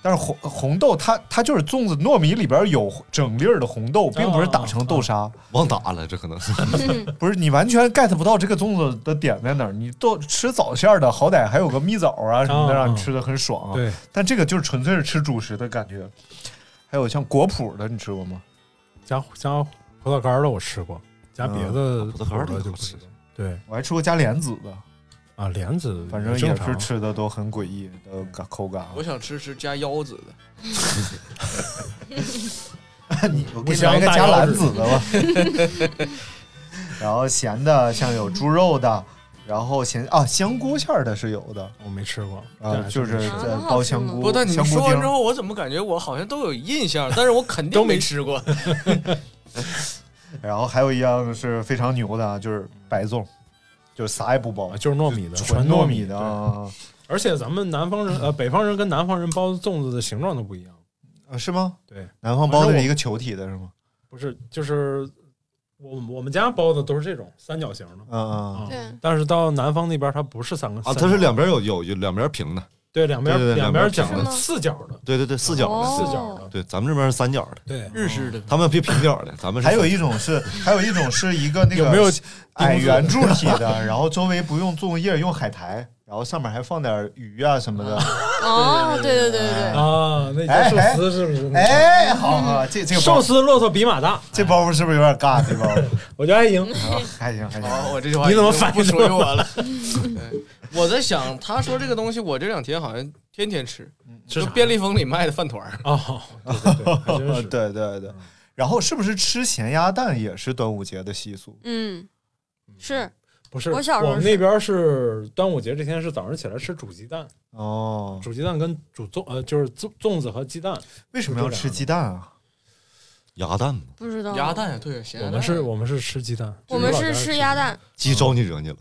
Speaker 1: 但是红红豆它它就是粽子糯米里边有整粒儿的红豆，并不是打成豆沙，
Speaker 6: 忘打了，这可能是。
Speaker 4: 嗯
Speaker 1: 不是你完全 get 不到这个粽子的点在哪儿。你豆吃枣馅儿的，好歹还有个蜜枣啊什么的，
Speaker 3: 啊
Speaker 1: 让你吃的很爽、啊。
Speaker 3: 对，
Speaker 1: 但这个就是纯粹是吃主食的感觉。还有像果脯的，你吃过吗？
Speaker 3: 加加葡萄干儿的我吃过，加别的
Speaker 6: 嗯葡萄干儿的
Speaker 3: 我
Speaker 6: 也
Speaker 3: 就
Speaker 6: 好
Speaker 3: 不
Speaker 6: 吃
Speaker 3: 吃。对
Speaker 1: 我还吃过加莲子的，
Speaker 3: 啊，莲子
Speaker 1: 反正也
Speaker 3: 正常
Speaker 1: 是吃的都很诡异的感口感啊。
Speaker 5: 我想吃吃加腰子的，
Speaker 1: 你我给
Speaker 3: 不
Speaker 1: 你
Speaker 3: 香
Speaker 1: 来个
Speaker 3: 大
Speaker 1: 加
Speaker 3: 腰
Speaker 1: 篮子
Speaker 3: 子
Speaker 1: 的吧。 然后咸的像有猪肉的，然后咸啊香菇馅儿的是有的，
Speaker 3: 我没吃过
Speaker 1: 啊
Speaker 3: 但
Speaker 1: 就是
Speaker 3: 没吃
Speaker 4: 啊
Speaker 1: 在
Speaker 4: 那好
Speaker 1: 包
Speaker 4: 吃
Speaker 1: 香
Speaker 4: 吗
Speaker 1: 菇。
Speaker 5: 不，但你
Speaker 1: 香
Speaker 5: 们
Speaker 1: 菇
Speaker 5: 说完
Speaker 1: 丁
Speaker 5: 之后，我怎么感觉我好像都有印象，但是我肯定没吃过。
Speaker 1: 然后还有一样是非常牛的啊，就是白粽，就是啥也不包
Speaker 3: 啊，，就是糯米的，
Speaker 1: 纯
Speaker 3: 糯
Speaker 1: 米的
Speaker 3: 对
Speaker 1: 啊，
Speaker 3: 而且咱们南方人呃，北方人跟南方人包粽子的形状都不一样。
Speaker 1: 啊是吗？
Speaker 3: 对，
Speaker 1: 南方包
Speaker 3: 反正
Speaker 1: 的
Speaker 3: 我
Speaker 1: 一个球体的是吗？
Speaker 3: 不是，就是我我们家包的都是这种三角形的
Speaker 1: 嗯嗯，
Speaker 3: 啊。
Speaker 4: 对
Speaker 3: 但是到南方那边，它不是三个
Speaker 6: 啊，
Speaker 3: 三
Speaker 6: 它是
Speaker 3: 角
Speaker 6: 两边有有有两边平的，
Speaker 3: 对两边
Speaker 6: 对对对
Speaker 3: 两
Speaker 6: 两边
Speaker 3: 角
Speaker 4: 平
Speaker 3: 的
Speaker 4: 的
Speaker 3: 四角的
Speaker 6: 对对对，四角的，
Speaker 4: 哦
Speaker 6: 四
Speaker 3: 四
Speaker 6: 角。
Speaker 3: 角的，
Speaker 6: 对，咱们这边是三角的，
Speaker 3: 对
Speaker 5: 日式的，
Speaker 6: 他们别平角的，咱们是
Speaker 1: 还有一种是，还有一种是一个那个
Speaker 3: 有没有
Speaker 1: 矮圆 柱体的，然后周围不用粽叶，用海苔，然后上面还放点鱼啊什么的。
Speaker 4: 哦，对对对对
Speaker 5: 哎
Speaker 4: 对，
Speaker 3: 啊，那叫寿
Speaker 6: 哎
Speaker 3: 司是不是？
Speaker 1: 哎，好好，
Speaker 3: 嗯
Speaker 1: 这这个包
Speaker 3: 寿司骆驼比马大，
Speaker 1: 这包袱是不是有点尬？这包 袱
Speaker 3: 我觉得还 行。
Speaker 1: 还行还
Speaker 5: 好，
Speaker 1: 行，
Speaker 5: 哦我这句话
Speaker 3: 哦你怎么
Speaker 5: 已经
Speaker 3: 反应
Speaker 5: 不
Speaker 3: 这
Speaker 5: 属
Speaker 3: 么
Speaker 5: 于我了？对我在想，他说这个东西，我这两天好像天天吃，
Speaker 3: 嗯吃
Speaker 5: 就
Speaker 3: 啥
Speaker 5: 便利蜂里卖的饭团儿。
Speaker 3: 哦，对对对，还真是。
Speaker 1: 对对对。然后是不是吃咸鸭蛋也是端午节的习俗？
Speaker 4: 嗯，是
Speaker 3: 不是，
Speaker 4: 我小时候
Speaker 3: 们
Speaker 4: 是
Speaker 3: 那边是端午节这天是早上起来吃煮鸡蛋，
Speaker 1: 哦，
Speaker 3: 煮鸡蛋跟煮粽呃就是粽粽子和鸡蛋。
Speaker 1: 为什么要吃鸡蛋啊？
Speaker 6: 鸭蛋嘛，
Speaker 4: 不知道
Speaker 5: 鸭，蛋啊对，咸鸭
Speaker 3: 我
Speaker 5: 蛋
Speaker 3: 们是我们是吃鸡蛋，
Speaker 4: 我们
Speaker 3: 老家
Speaker 4: 是吃鸭蛋，
Speaker 6: 鸡招你惹你了，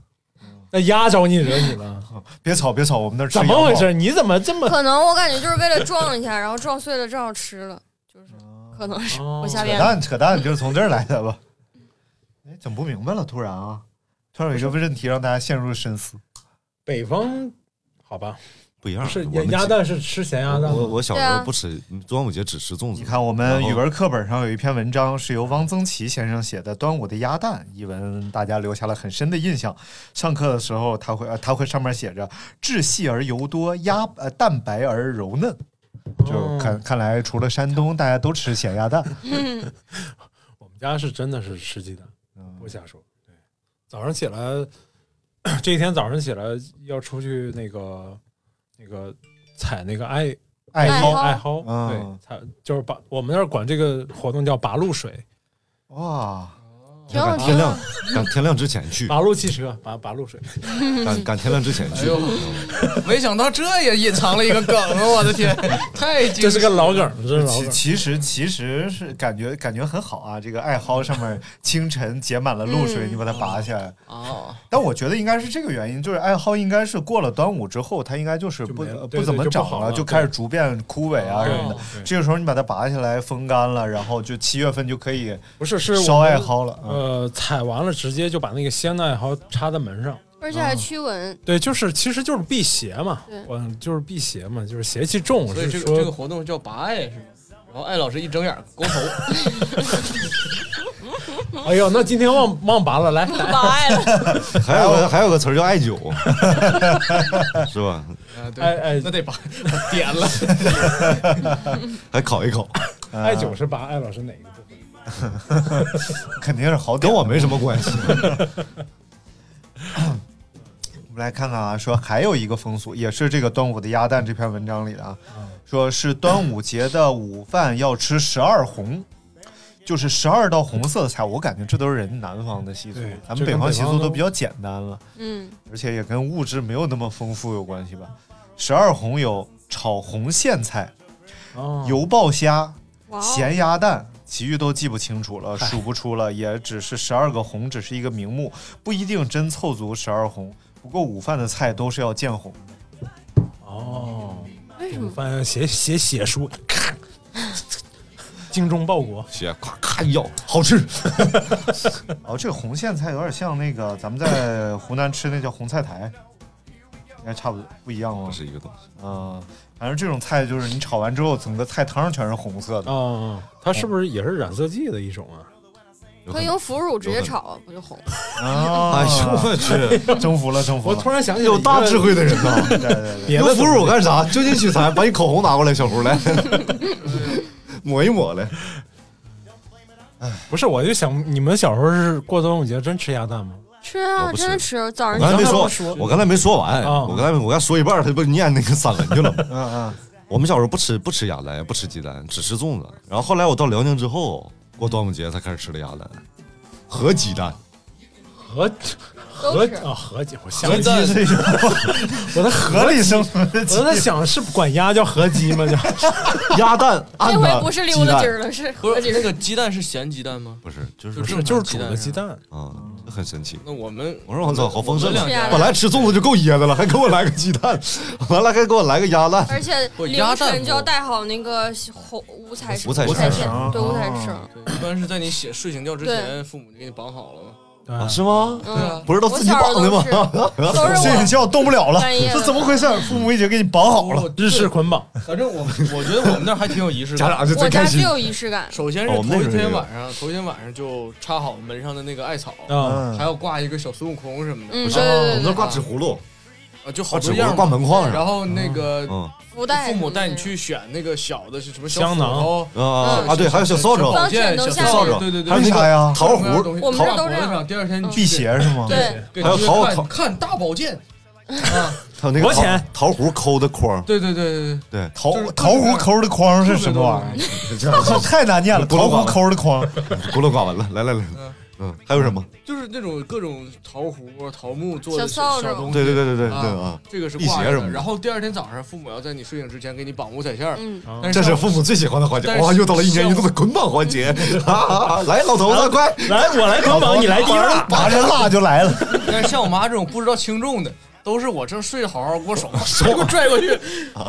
Speaker 3: 那鸭招你惹你 了？
Speaker 1: 别吵别吵，我们那儿吃羊
Speaker 3: 怎么
Speaker 1: 肉
Speaker 3: 回？事？你怎么这么？
Speaker 4: 可能我感觉就是为了撞一下，然后撞碎了正好吃了，就是可 能 是
Speaker 3: 哦
Speaker 4: 我瞎
Speaker 1: 扯
Speaker 4: 编。
Speaker 1: 淡扯淡，就是从这儿来的吧？哎，怎么不明白了？突然啊，突然有一个问题让大家陷入深思。
Speaker 3: 北方好吧，
Speaker 6: 不一样。
Speaker 3: 是
Speaker 6: 啊我
Speaker 3: 鸭
Speaker 6: 们
Speaker 3: 鸭
Speaker 6: 鸡
Speaker 3: 蛋是吃咸鸭蛋
Speaker 6: 我
Speaker 3: 吗？
Speaker 6: 我小时
Speaker 4: 对
Speaker 6: 候
Speaker 4: 啊
Speaker 6: 不吃，端午节只吃粽子。
Speaker 1: 你看，我们语文课本上有一篇文章，是由汪曾祺先生写的《端午的鸭蛋》，一文大家留下了很深的印象。上课的时候，他会呃他会上面写着“质细而油多，鸭呃蛋白而柔嫩”，
Speaker 3: 哦
Speaker 1: 就看看来除了山东，大家都吃咸鸭蛋。
Speaker 3: 我们家是真的是吃鸡蛋，
Speaker 1: 嗯
Speaker 3: 不瞎说。对，早上起来，这一天早上起来要出去那个那个采那个艾
Speaker 1: 爱
Speaker 4: 爱
Speaker 1: 好
Speaker 4: 好
Speaker 3: 艾蒿，
Speaker 1: 嗯
Speaker 3: 对，采就是把我们那儿管这个活动叫拔露水，
Speaker 1: 哇，
Speaker 4: 挺好
Speaker 6: 赶
Speaker 4: 吃
Speaker 6: 天亮
Speaker 4: 的，，
Speaker 6: 赶天亮之前去，
Speaker 3: 拔露汽车，拔拔露水。
Speaker 6: 赶赶天亮之前
Speaker 5: 哎
Speaker 6: 去
Speaker 5: 呦。，没想到这也隐藏了一个梗，啊我的天，太
Speaker 3: 这
Speaker 5: 这
Speaker 3: 是个老梗，这是老
Speaker 1: 其
Speaker 3: 梗。
Speaker 1: 其实其实是感觉感觉很好啊。这个艾蒿上面清晨结满了露水，
Speaker 4: 嗯
Speaker 1: 你把它拔下来。
Speaker 5: 啊！
Speaker 1: 但我觉得应该是这个原因，就是艾蒿应该是过了端午之后，它应该就是
Speaker 3: 就
Speaker 1: 不
Speaker 3: 没了
Speaker 1: 呃
Speaker 3: 对
Speaker 1: 不怎
Speaker 3: 对
Speaker 1: 么
Speaker 3: 就不
Speaker 1: 长
Speaker 3: 好
Speaker 1: 了，
Speaker 3: 了
Speaker 1: 就开始逐渐枯萎啊
Speaker 5: 对
Speaker 1: 什么的。
Speaker 3: 对
Speaker 1: 这个时候你把它拔下来，风干了，然后就七月份就可以
Speaker 3: 不是是我
Speaker 1: 烧
Speaker 3: 们
Speaker 1: 艾蒿了。嗯
Speaker 3: 呃，采完了直接就把那个鲜的艾蒿插在门上。
Speaker 4: 而且还 驱蚊，
Speaker 3: 对，就是其实就是辟邪嘛
Speaker 4: 对，
Speaker 3: 我就是辟邪嘛，就是邪气重，
Speaker 5: 所以
Speaker 3: 是
Speaker 5: 这个这个
Speaker 3: 说
Speaker 5: 活动叫拔爱是吗？然后艾老师一睁眼勾头，啊
Speaker 3: 哎呦，那今天忘忘拔 了，来来
Speaker 4: 老爱了，
Speaker 6: 还有个还有个词儿叫艾灸，是吧？
Speaker 5: 啊，对，
Speaker 3: 哎哎
Speaker 5: 那得把 点了。
Speaker 6: 还烤一烤，
Speaker 3: 艾九十八，艾老师哪个部分？
Speaker 1: 肯定是好点
Speaker 6: 跟我没什么关系。
Speaker 1: 我们来看看啊，说还有一个风俗，也是这个端午的鸭蛋这篇文章里的啊，
Speaker 6: 嗯
Speaker 1: 说是端午节的午饭要吃十二红，就是十二道红色的菜。我感觉这都是人南方的习俗
Speaker 3: 对，
Speaker 1: 咱
Speaker 3: 这
Speaker 1: 们
Speaker 3: 跟
Speaker 1: 北方
Speaker 3: 北
Speaker 1: 习
Speaker 3: 方
Speaker 1: 俗
Speaker 3: 都
Speaker 1: 都比较简单了，
Speaker 4: 嗯，
Speaker 1: 而且也跟物质没有那么丰富有关系吧。十二红有炒红苋菜、
Speaker 3: 哦，
Speaker 1: 油爆虾、
Speaker 4: 哇、哦，
Speaker 1: 咸鸭蛋，其余都记不清楚了，数不出了，也只是十二个红，只是一个名目，不一定真凑足十二红。不过午饭的菜都是要见红，
Speaker 3: 哦，
Speaker 4: 为什
Speaker 3: 我
Speaker 4: 么？
Speaker 3: 发现写写写 书，咔，精忠报国，
Speaker 6: 血咔咔一咬，好吃。
Speaker 1: 哦，这个红苋菜有点像那个咱们在 湖南吃那叫红菜苔，应该差不多不一样吗
Speaker 6: 不？是一个东西，
Speaker 1: 嗯，反正这种菜就是你炒完之后，整个菜汤全是红色的。
Speaker 3: 哦，它是不是也是染色剂的一种啊？
Speaker 6: 有
Speaker 4: 可
Speaker 6: 可
Speaker 4: 以
Speaker 6: 能
Speaker 4: 用腐乳直接炒，不就红了？
Speaker 1: 啊
Speaker 6: 哎呦我去，
Speaker 1: 征服了，征服
Speaker 3: 我
Speaker 1: 了！
Speaker 3: 突然想起
Speaker 6: 有大智，慧的人呐！
Speaker 1: 对对 对，
Speaker 3: 别的
Speaker 6: 用腐
Speaker 3: 东
Speaker 6: 乳
Speaker 3: 西
Speaker 6: 干啥？就近取材，把你口红拿过来，小胡来， 抹一抹来。
Speaker 3: 不是，我就想你们小时候是过端午节真吃鸭蛋吗？
Speaker 4: 吃
Speaker 6: 我
Speaker 4: 啊，
Speaker 6: 不
Speaker 4: 真的吃，早
Speaker 6: 我
Speaker 4: 上
Speaker 6: 刚才
Speaker 4: 起
Speaker 6: 没
Speaker 4: 来
Speaker 6: 说
Speaker 3: 不说，
Speaker 6: 我刚才没说完，
Speaker 3: 啊
Speaker 6: 我刚才我刚说一半，他不念那个散文去了吗？
Speaker 1: 嗯嗯，
Speaker 6: 我们小时候不吃不吃鸭蛋，也不吃鸡蛋，只吃粽子。然后后来我到辽宁之后，过端午节才开始吃的鸭蛋和鸡 蛋。
Speaker 3: 合合
Speaker 4: 都吃。
Speaker 3: 啊 合鸡，我 想
Speaker 5: 合
Speaker 3: 鸡，
Speaker 5: 蛋
Speaker 1: 这是
Speaker 3: 我在合，
Speaker 1: 合理生存的
Speaker 3: 我在想是管鸭叫合鸡吗？叫
Speaker 6: 鸭蛋按
Speaker 4: 这
Speaker 6: 它
Speaker 4: 回不是溜达鸡儿了，是
Speaker 5: 不
Speaker 4: 合
Speaker 5: 是
Speaker 4: 鸡
Speaker 5: 那个鸡蛋是咸鸡蛋吗？
Speaker 6: 不是就是
Speaker 5: 就
Speaker 6: 啊
Speaker 5: 正
Speaker 3: 就是
Speaker 5: 常
Speaker 3: 煮
Speaker 5: 鸡
Speaker 3: 的
Speaker 5: 蛋
Speaker 3: 鸡
Speaker 5: 是吧。
Speaker 3: 蛋，
Speaker 6: 这很神奇。
Speaker 5: 那我们
Speaker 6: 我说我操，好丰盛
Speaker 5: 我
Speaker 6: 啊
Speaker 5: 们！两
Speaker 4: 是
Speaker 5: 家
Speaker 6: 本来吃粽子就够噎的了，还给我来个鸡蛋，完了还给我来个鸭蛋。
Speaker 4: 而且
Speaker 5: 不
Speaker 4: 凌
Speaker 5: 鸭蛋
Speaker 4: 晨就要
Speaker 5: 不
Speaker 4: 带好那个红五彩
Speaker 6: 五彩啊
Speaker 4: 五
Speaker 6: 绳
Speaker 4: 彩
Speaker 1: 儿
Speaker 4: 对五彩
Speaker 1: 哦
Speaker 4: 绳。
Speaker 5: 对一般是在你醒睡醒觉之前，父母就给你绑好了嘛。
Speaker 3: 对
Speaker 6: 啊是吗？
Speaker 5: 对啊
Speaker 4: 嗯，
Speaker 6: 不知道
Speaker 4: 我
Speaker 6: 自己
Speaker 4: 小时候
Speaker 6: 绑的
Speaker 4: 都
Speaker 6: 吗
Speaker 4: 是？都是
Speaker 1: 睡醒
Speaker 4: 我
Speaker 1: 觉动不了了，
Speaker 4: 半夜
Speaker 1: 这
Speaker 4: 的
Speaker 1: 怎么回事？父母已经给你绑好了。
Speaker 5: 我
Speaker 3: 哦日式，捆绑，
Speaker 5: 反正我我觉得我们那儿还挺有仪式
Speaker 6: 家
Speaker 5: 感。
Speaker 6: 长 就
Speaker 4: 我
Speaker 6: 最
Speaker 4: 家
Speaker 6: 开
Speaker 4: 是
Speaker 6: 心。
Speaker 4: 有仪式感，
Speaker 5: 首先是
Speaker 6: 哦我们那
Speaker 5: 头一
Speaker 6: 时候也
Speaker 5: 天
Speaker 6: 有
Speaker 5: 晚上，头一天晚上就插好门上的那个艾草，
Speaker 3: 啊，
Speaker 1: 嗯，
Speaker 5: 还要挂一个小孙悟空什么的，
Speaker 4: 嗯，对
Speaker 6: 不是
Speaker 4: 对
Speaker 6: 我
Speaker 4: 对对
Speaker 6: 们这，挂纸葫芦，
Speaker 5: 啊，就好
Speaker 6: 挂纸
Speaker 5: 多
Speaker 6: 葫
Speaker 5: 样
Speaker 6: 芦
Speaker 5: 儿
Speaker 6: 挂门框上。
Speaker 5: 然后那个
Speaker 6: 嗯
Speaker 4: 福袋
Speaker 5: 父母带你
Speaker 4: 什么
Speaker 5: 去选那个小的是什么小
Speaker 3: 香囊
Speaker 5: 斧头
Speaker 6: 啊
Speaker 4: 嗯
Speaker 6: 啊对，还有小扫帚
Speaker 5: 小，宝剑、小
Speaker 4: 方
Speaker 5: 扫
Speaker 6: 向
Speaker 5: 帚，
Speaker 6: 的
Speaker 5: 对对对，
Speaker 1: 还有啥呀？
Speaker 6: 桃
Speaker 5: 各种各样的东
Speaker 6: 核
Speaker 5: 西
Speaker 4: 我们
Speaker 5: 挂
Speaker 4: 这儿都
Speaker 5: 脖子
Speaker 4: 这样
Speaker 5: 上第二天你
Speaker 1: 辟邪是吗？
Speaker 4: 对
Speaker 5: 给
Speaker 6: 还有
Speaker 5: 同学
Speaker 6: 桃
Speaker 5: 看
Speaker 6: 桃
Speaker 5: 看大宝剑，
Speaker 6: 还有那个
Speaker 3: 我
Speaker 6: 桃
Speaker 3: 舔
Speaker 6: 桃核抠的框，
Speaker 5: 对对对对对。
Speaker 6: 对，
Speaker 1: 桃
Speaker 5: 就是
Speaker 1: 桃核抠的框是什么玩意
Speaker 6: 这样
Speaker 1: 儿？太难念了，
Speaker 6: 不能
Speaker 1: 桃
Speaker 6: 管
Speaker 1: 核抠
Speaker 6: 了
Speaker 1: 的框。
Speaker 6: 葫芦挂完了，来来来
Speaker 5: 嗯，
Speaker 6: 嗯，还有什么？
Speaker 5: 就是那种各种桃核、桃木做的
Speaker 4: 小扫帚
Speaker 5: 东西，
Speaker 6: 对对对对对对
Speaker 5: 啊
Speaker 6: 啊，
Speaker 5: 这个是
Speaker 6: 辟邪
Speaker 5: 挂着
Speaker 6: 什么
Speaker 5: 的。
Speaker 6: 的
Speaker 5: 然后第二天早上，父母要在你睡醒之前给你绑五彩线儿，
Speaker 4: 嗯，
Speaker 5: 但
Speaker 6: 这
Speaker 5: 是
Speaker 6: 是
Speaker 5: 像
Speaker 6: 父母最喜欢的环节
Speaker 5: 但。是
Speaker 6: 哇，又到了一年一度的捆绑环节， 啊啊啊！来，老头子，快！
Speaker 3: 来我来捆绑，你来提了，
Speaker 1: 拔着蜡就来了，
Speaker 5: 但是像我妈这种不知道轻重的，都是我正睡着好好，给我手手给我拽过去，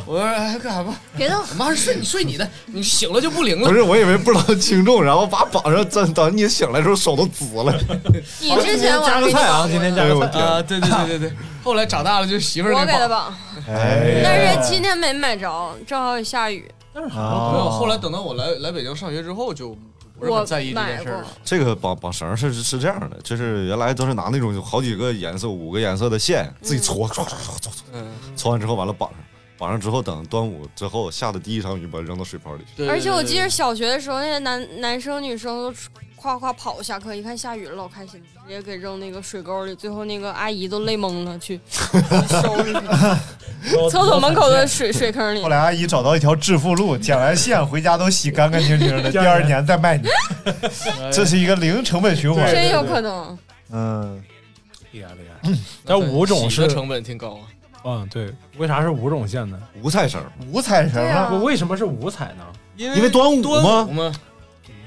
Speaker 5: 我说哎干啥吧？
Speaker 4: 别动，
Speaker 5: 我妈说睡你睡你的，你醒了就不灵
Speaker 6: 不
Speaker 5: 了。
Speaker 6: 是，我以为不知道轻重，然后把绑上，等等你醒来的时候手都紫了。
Speaker 4: 你之前我还
Speaker 3: 加
Speaker 4: 给
Speaker 3: 个
Speaker 4: 你
Speaker 3: 菜啊，
Speaker 4: 绑
Speaker 3: 今天
Speaker 4: 过
Speaker 3: 加
Speaker 4: 呢
Speaker 6: 哎
Speaker 3: 个
Speaker 6: 呦我
Speaker 3: 菜，
Speaker 6: 天
Speaker 5: 啊，对对对对对。后来长大了就是媳妇儿
Speaker 4: 我给他
Speaker 5: 绑，
Speaker 4: 绑，
Speaker 1: 哎
Speaker 4: 但是今天没买着，正好也下雨，
Speaker 3: 但是
Speaker 1: 啊
Speaker 5: 没有。后来等到我来来北京上学之后，就不是
Speaker 4: 我
Speaker 5: 很在意这件
Speaker 4: 买
Speaker 5: 事儿
Speaker 4: 过
Speaker 5: 了。，
Speaker 6: 这个绑绑绳是是这样的，就是原来都是拿那种有好几个颜色、五个颜色的线自己搓，搓搓搓搓搓，
Speaker 5: 嗯，
Speaker 6: 搓完之后完了绑上，绑上之后等端午之后下的第一场雨，把它扔到水泡里去。
Speaker 5: 对。对
Speaker 4: 而且我
Speaker 5: 对
Speaker 4: 记得小学的时候，那些男男生女生都夸夸跑下课，一看下雨了，老开心了，直接给扔那个水沟里，最后那个阿姨都累懵了，去收拾去
Speaker 3: 哦
Speaker 4: 厕所门口的水水坑里
Speaker 1: 后。来阿姨找到一条致富路，剪完线回家都洗干干净净的，第二年再卖你，这是一个零成本循环。
Speaker 4: 真有可能，
Speaker 1: 嗯，
Speaker 3: 厉害厉害，但嗯五种
Speaker 5: 哎洗的
Speaker 3: 是
Speaker 5: 成本挺高啊。
Speaker 3: 嗯对，为啥是五种线呢？
Speaker 6: 五彩绳，
Speaker 1: 五彩绳
Speaker 4: 对啊
Speaker 1: 啊，
Speaker 3: 我为什么是五彩呢？
Speaker 5: 因
Speaker 6: 因为端午
Speaker 5: 端
Speaker 6: 吗
Speaker 5: 午嘛，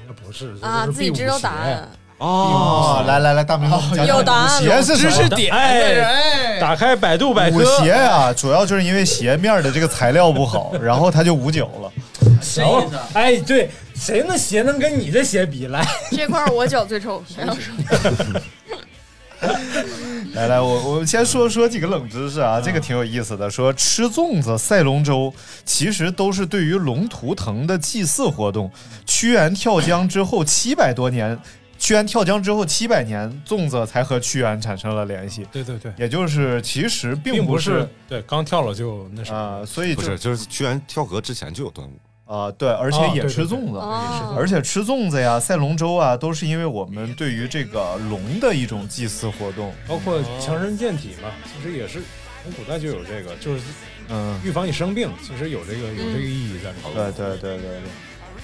Speaker 3: 那不是
Speaker 4: 啊，自己知道答。案。
Speaker 1: 哦，来来来，大明
Speaker 5: 哦
Speaker 1: 讲
Speaker 4: 有
Speaker 1: 讲
Speaker 4: 答案
Speaker 1: 舞鞋
Speaker 4: 了
Speaker 1: 是
Speaker 5: 知
Speaker 1: 什
Speaker 5: 识
Speaker 1: 么？
Speaker 5: 点
Speaker 3: 哎
Speaker 5: 在这儿哎，
Speaker 3: 打开百度百
Speaker 1: 舞
Speaker 3: 科，
Speaker 1: 鞋啊，主要就是因为鞋面的这个材料不好，然后它就捂脚了。
Speaker 5: 什
Speaker 3: 然后？
Speaker 5: 啊
Speaker 3: 哎，对，谁那鞋能跟你这鞋比？来，
Speaker 4: 这块儿我脚最臭，
Speaker 1: 来来，我我们先说说几个冷知识啊，这个挺有意思的。说吃粽子、赛龙舟，其实都是对于龙图腾的祭祀活动。屈原跳江之后七百多年，屈原跳江之后七百年，粽子才和屈原产生了联系。
Speaker 3: 对对对，
Speaker 1: 也就是其实并
Speaker 3: 并不
Speaker 1: 是
Speaker 3: 是对刚跳了就那什
Speaker 1: 啊、
Speaker 3: 么，
Speaker 1: 所以
Speaker 6: 不，
Speaker 1: 就是
Speaker 6: 就是屈原跳河之前就有端午，
Speaker 1: 啊、对，而且
Speaker 3: 啊
Speaker 1: 也
Speaker 3: 对
Speaker 1: 吃
Speaker 3: 对对
Speaker 1: 粽子。
Speaker 4: 哦，
Speaker 1: 而且吃粽子呀、赛龙舟啊，都是因为我们对于这个龙的一种祭祀活动。
Speaker 3: 包括强身健体嘛，其实也是从古代就有这个，就是
Speaker 1: 嗯，
Speaker 3: 预防你生病，其实有这个有这个意义在里头。
Speaker 1: 对对对对对。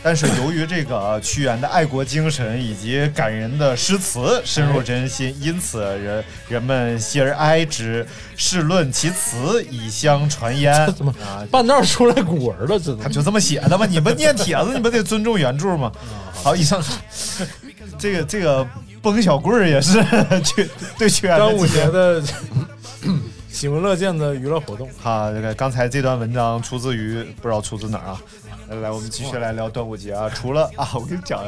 Speaker 1: 但是由于这个屈原的爱国精神以及感人的诗词深入人心，因此人人们喜而哀之，世论其词，以相传焉。
Speaker 3: 这怎么
Speaker 1: 啊？
Speaker 3: 半道出来古文了，这
Speaker 1: 他
Speaker 3: 都
Speaker 1: 就这么写的吗？你们念帖子，你们得尊重原著 嘛。好，以上这个这个崩小棍儿也是 去对屈 原的
Speaker 3: 端午
Speaker 1: 纪念
Speaker 3: 节的喜闻乐见的娱乐 活动。
Speaker 1: 好，这个刚才这段文章出自于不知道出自哪儿啊？来来，我们继续来聊端午节啊。除了啊， 我跟你讲，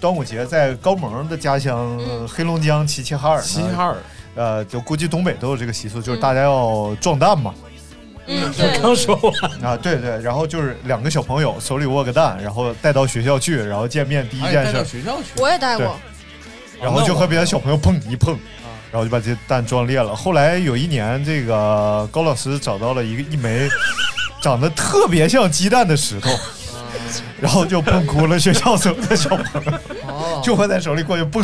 Speaker 1: 端午节在高萌的家乡、
Speaker 4: 嗯
Speaker 1: 黑龙江齐齐哈尔呢，
Speaker 3: 齐齐哈尔
Speaker 1: 呃，就估计东北都有这个习俗，就是大家要壮蛋嘛。
Speaker 4: 嗯，对，
Speaker 3: 刚说完，
Speaker 1: 啊，对对，然后就是两个小朋友手里握个蛋，然后带到学校去，然后见面第一
Speaker 5: 还
Speaker 1: 件
Speaker 5: 哎带
Speaker 1: 事
Speaker 5: 到，学校去，
Speaker 4: 我也带过，
Speaker 1: 然后就和别的小朋友碰一碰，然后就把这蛋撞裂了。后来有一年，这个高老师找到了一个一枚长得特别像鸡蛋的石头，
Speaker 5: 啊
Speaker 1: 然后就蹦哭了学校所有的小朋友，
Speaker 5: 哦
Speaker 1: 就会在手里过去蹦。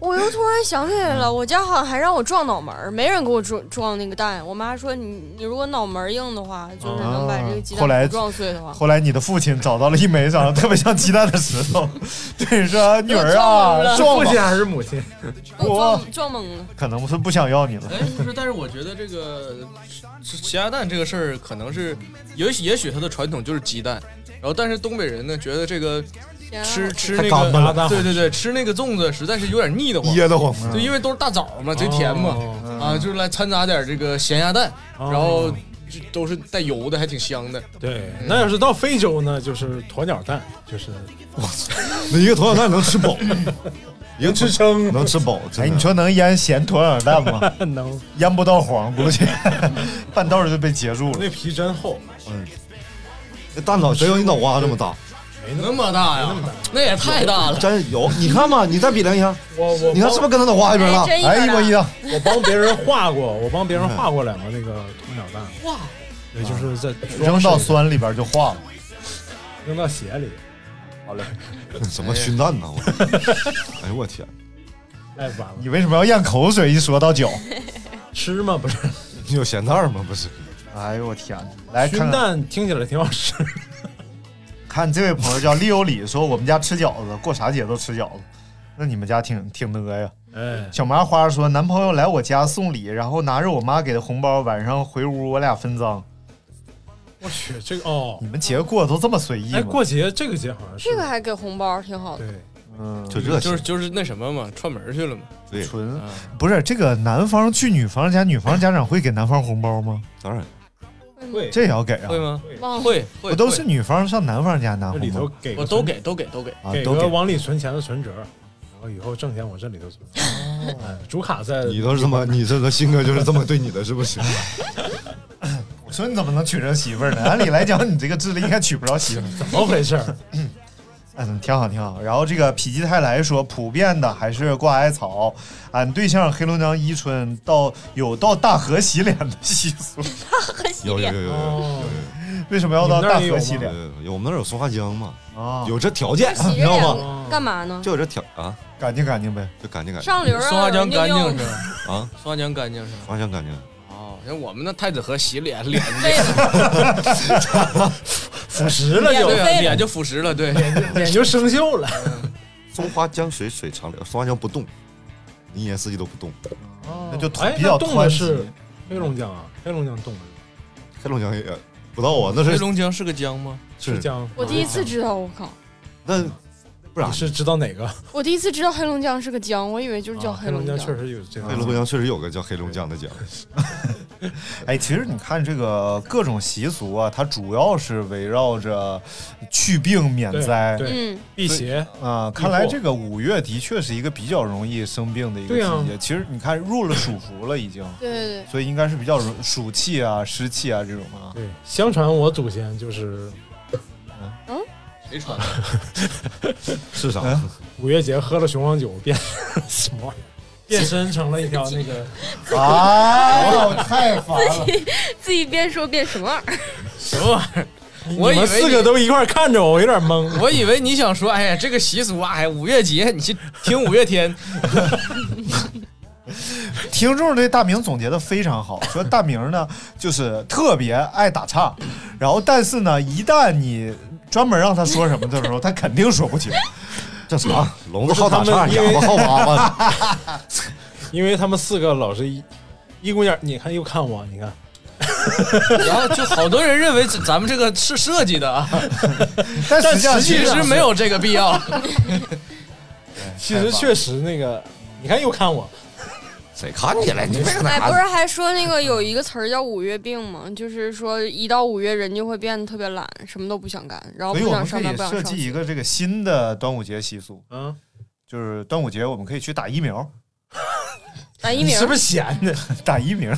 Speaker 4: 我又突然想起来了，我家好像还让我撞脑门儿，没人给我撞撞那个蛋。我妈说你你如果脑门儿硬的话，就是能把这个鸡
Speaker 1: 啊后来
Speaker 4: 蛋撞碎的话。
Speaker 1: 后来你的父亲找到了一枚长得特别像鸡蛋的石头， 对你说：“女儿啊，
Speaker 4: 又
Speaker 1: 撞
Speaker 3: 父
Speaker 1: 吧
Speaker 3: 亲，还是母亲？
Speaker 4: 我
Speaker 1: 我
Speaker 4: 撞撞懵了，
Speaker 1: 可能是不想要你了。
Speaker 5: 哎，不是，但是我觉得这个鸡鸭蛋这个事儿，可能是也许也许它的传统就是鸡蛋，然后但是东北人呢，觉得这个
Speaker 4: 天啊
Speaker 5: 吃吃
Speaker 1: 太
Speaker 5: 那
Speaker 1: 干巴
Speaker 5: 个，
Speaker 3: 了
Speaker 5: 对对对，吃那个粽子实在是有点腻得”慌，
Speaker 1: 噎得慌啊
Speaker 5: 对，因为都是大枣嘛，贼甜嘛，
Speaker 3: 哦
Speaker 5: 啊，就是来掺杂点这个咸鸭蛋，
Speaker 3: 哦
Speaker 5: 然后嗯就都是带油的，还挺香的。
Speaker 3: 对，那要是到非洲呢，就是鸵鸟蛋，就是
Speaker 6: 那一个鸵鸟蛋能吃饱，一个
Speaker 3: 支撑
Speaker 6: 能吃饱。
Speaker 1: 哎，
Speaker 6: 真的
Speaker 1: 你说能腌咸鸵鸟蛋吗？
Speaker 3: 能。
Speaker 1: 腌不到黄，估计 半道儿就被截住了。
Speaker 3: 那皮真厚，
Speaker 6: 那蛋脑真有你脑瓜这么大？
Speaker 3: 没那
Speaker 5: 那
Speaker 3: 么。
Speaker 5: 么大呀？那也太大了。
Speaker 6: 真有，你看吧，你再比量一下，
Speaker 3: 我我
Speaker 6: 你看是不是跟他脑瓜一边大
Speaker 4: 哎？真
Speaker 1: 哎，一模一样。
Speaker 3: 帮 我帮别人画过，我帮别
Speaker 1: 嗯
Speaker 3: 人画过两个那个鸵鸟蛋，
Speaker 5: 哇，
Speaker 3: 也就是在
Speaker 1: 扔到酸里边就化了。
Speaker 3: 扔到鞋里。
Speaker 1: 好嘞，
Speaker 6: 什么熏蛋呢？我， 哎呦我天，
Speaker 3: 哎，完了，
Speaker 1: 你为什么要咽口水？一说到 酒，
Speaker 3: 吃吗？不是，
Speaker 6: 你有咸蛋吗？不是，
Speaker 1: 哎呦我天哪！来
Speaker 3: 熏
Speaker 1: 看看
Speaker 3: 蛋听起来挺好吃，
Speaker 1: 看这位朋友叫利欧里说，我们家吃饺子，过啥节都吃饺子。那你们家挺挺呢呀？
Speaker 3: 哎，
Speaker 1: 小麻花说，男朋友来我家送礼，然后拿着我妈给的红包，晚上回屋我俩分赃。
Speaker 3: 我去，这个哦
Speaker 1: 你，们节过都这么随意
Speaker 3: 哎，
Speaker 1: 吗？
Speaker 3: 过节这个节好像是
Speaker 4: 这个还给红包，挺好的。
Speaker 3: 对，
Speaker 1: 嗯，
Speaker 6: 就
Speaker 5: 就
Speaker 6: 热情
Speaker 5: 是。就是那什么嘛，串门去了嘛。
Speaker 6: 对，
Speaker 1: 纯
Speaker 5: 啊
Speaker 1: 不是这个男方去女方家，女方家长会给男方红包吗？
Speaker 6: 当然，
Speaker 3: 会
Speaker 1: 这也要给啊
Speaker 5: 会？吗？
Speaker 4: 忘了
Speaker 5: 会会，
Speaker 1: 不都
Speaker 5: 会
Speaker 1: 是女方上男方家拿
Speaker 3: 这
Speaker 1: 红
Speaker 3: 里头
Speaker 1: 包
Speaker 3: 给个
Speaker 5: 我都
Speaker 3: 存，
Speaker 5: 给都给都给。
Speaker 1: 啊？
Speaker 3: 给
Speaker 1: 都
Speaker 3: 个
Speaker 1: 给。
Speaker 3: 往里存钱的存折，然后以后挣钱往这里头存。哎主卡在
Speaker 6: 你都是这么，你这个性格就是这么对你的，是不是？
Speaker 1: 我说你怎么能娶上媳妇儿呢？按理来讲，你这个智力应该娶不着媳妇儿。
Speaker 3: 怎么回事儿？
Speaker 1: 嗯，挺好，挺好。然后这个否极泰来说，普遍的还是挂艾草。俺对象黑龙江伊春到有到大河洗脸的习俗，
Speaker 6: 有有有有
Speaker 3: 哦
Speaker 1: 为什么要到大河洗脸
Speaker 6: 有有，我们那儿有松花江嘛，
Speaker 1: 啊？
Speaker 6: 有这条件，
Speaker 4: 洗
Speaker 6: 你
Speaker 4: 着
Speaker 6: 知道吗？
Speaker 4: 脸干嘛呢？
Speaker 6: 就有这条啊，
Speaker 1: 干净干净呗。
Speaker 6: 就干净干净
Speaker 4: 上流啊，
Speaker 5: 松花江干
Speaker 4: 妞妞
Speaker 5: 净是吧？
Speaker 6: 啊，
Speaker 5: 松花江干净是吧？
Speaker 6: 松花江干净。
Speaker 5: 哦，像我们那太子河洗脸，脸
Speaker 4: 对
Speaker 3: 腐蚀了就
Speaker 5: 对啊
Speaker 4: 飞了
Speaker 5: 脸就腐蚀了，对，
Speaker 3: 脸就生锈了。
Speaker 6: 松花江水水长流，松花江不动，一年四季都不动。
Speaker 1: 哦那就
Speaker 3: 哎
Speaker 1: 比较
Speaker 3: 那冻的
Speaker 1: 湍
Speaker 3: 是
Speaker 1: 急。
Speaker 3: 黑龙江啊，黑龙江冻的
Speaker 6: 黑龙江也不到啊，那
Speaker 5: 黑
Speaker 6: 是
Speaker 5: 龙江是个江吗？
Speaker 3: 是
Speaker 6: 是
Speaker 3: 江。
Speaker 4: 我第一次知道，我靠！
Speaker 6: 那不然
Speaker 3: 你是知道哪个？
Speaker 4: 我第一次知道黑龙江是个江，我以为就是叫
Speaker 3: 啊
Speaker 4: 黑
Speaker 3: 黑龙
Speaker 4: 江。
Speaker 3: 确实有这
Speaker 1: 啊
Speaker 3: 个
Speaker 6: 黑龙江确实有个叫黑龙江的江，
Speaker 1: 哎，其实你看这个各种习俗啊，它主要是围绕着去病免灾。
Speaker 3: 对
Speaker 4: 嗯，
Speaker 3: 辟邪，
Speaker 1: 啊，看来这个五月的确是一个比较容易生病的一个
Speaker 3: 对啊
Speaker 1: 季节。其实你看，入了暑伏了已经，
Speaker 4: 对对
Speaker 1: 所以应该是比较容暑气啊、湿气啊这种 啊。
Speaker 3: 对，相传我祖先就是
Speaker 5: 谁传的？
Speaker 6: 是啥？
Speaker 1: 嗯
Speaker 3: 五月节喝了雄黄酒，变 什么玩意儿？变身成了一条那个
Speaker 1: 哎呦，太烦了！
Speaker 4: 自己边说边什么玩意儿？
Speaker 5: 什么玩意儿？我
Speaker 3: 哎你
Speaker 5: 以
Speaker 3: 们
Speaker 5: 为
Speaker 3: 四
Speaker 5: 你
Speaker 3: 个都一块儿看着我，我有点懵。
Speaker 5: 我以为你想说，哎呀，这个习俗啊，哎，五月节你去听五月天，
Speaker 1: 听众对大明总结的非常好，说大明呢就是特别爱打岔，然后但是呢，一旦你专门让他说什么的时候，他肯定说不清。啊
Speaker 6: 正常， 聋子好打
Speaker 3: 他
Speaker 6: 岔，
Speaker 3: 们因
Speaker 6: 哑
Speaker 3: 为
Speaker 6: 巴好娃娃。
Speaker 3: 因为他们四个老是一一股眼儿，你看又看我，你看
Speaker 5: 然后就好多人认为咱咱们这个是设计的啊，
Speaker 1: 但实际上
Speaker 5: 但其实没，有这个必要。
Speaker 3: 其实确实那个，你看又看我，
Speaker 6: 谁看你了？你别 个
Speaker 4: 哎，
Speaker 6: 啥
Speaker 4: 不是还说那个有一个词儿叫五月病吗？就是说一到五月人就会变得特别懒，什么都不想干，然后
Speaker 5: 哎
Speaker 1: 所以
Speaker 4: 不
Speaker 1: 我们
Speaker 4: 想上
Speaker 1: 可
Speaker 4: 班，
Speaker 1: 以
Speaker 4: 不想
Speaker 1: 设
Speaker 4: 上
Speaker 1: 计
Speaker 4: 学
Speaker 1: 一。个这个新的端午节习俗，
Speaker 3: 嗯，
Speaker 1: 就是端午节我们可以去打疫苗，
Speaker 4: 打疫
Speaker 3: 你
Speaker 4: 苗
Speaker 3: 是不是闲的？
Speaker 1: 打疫苗。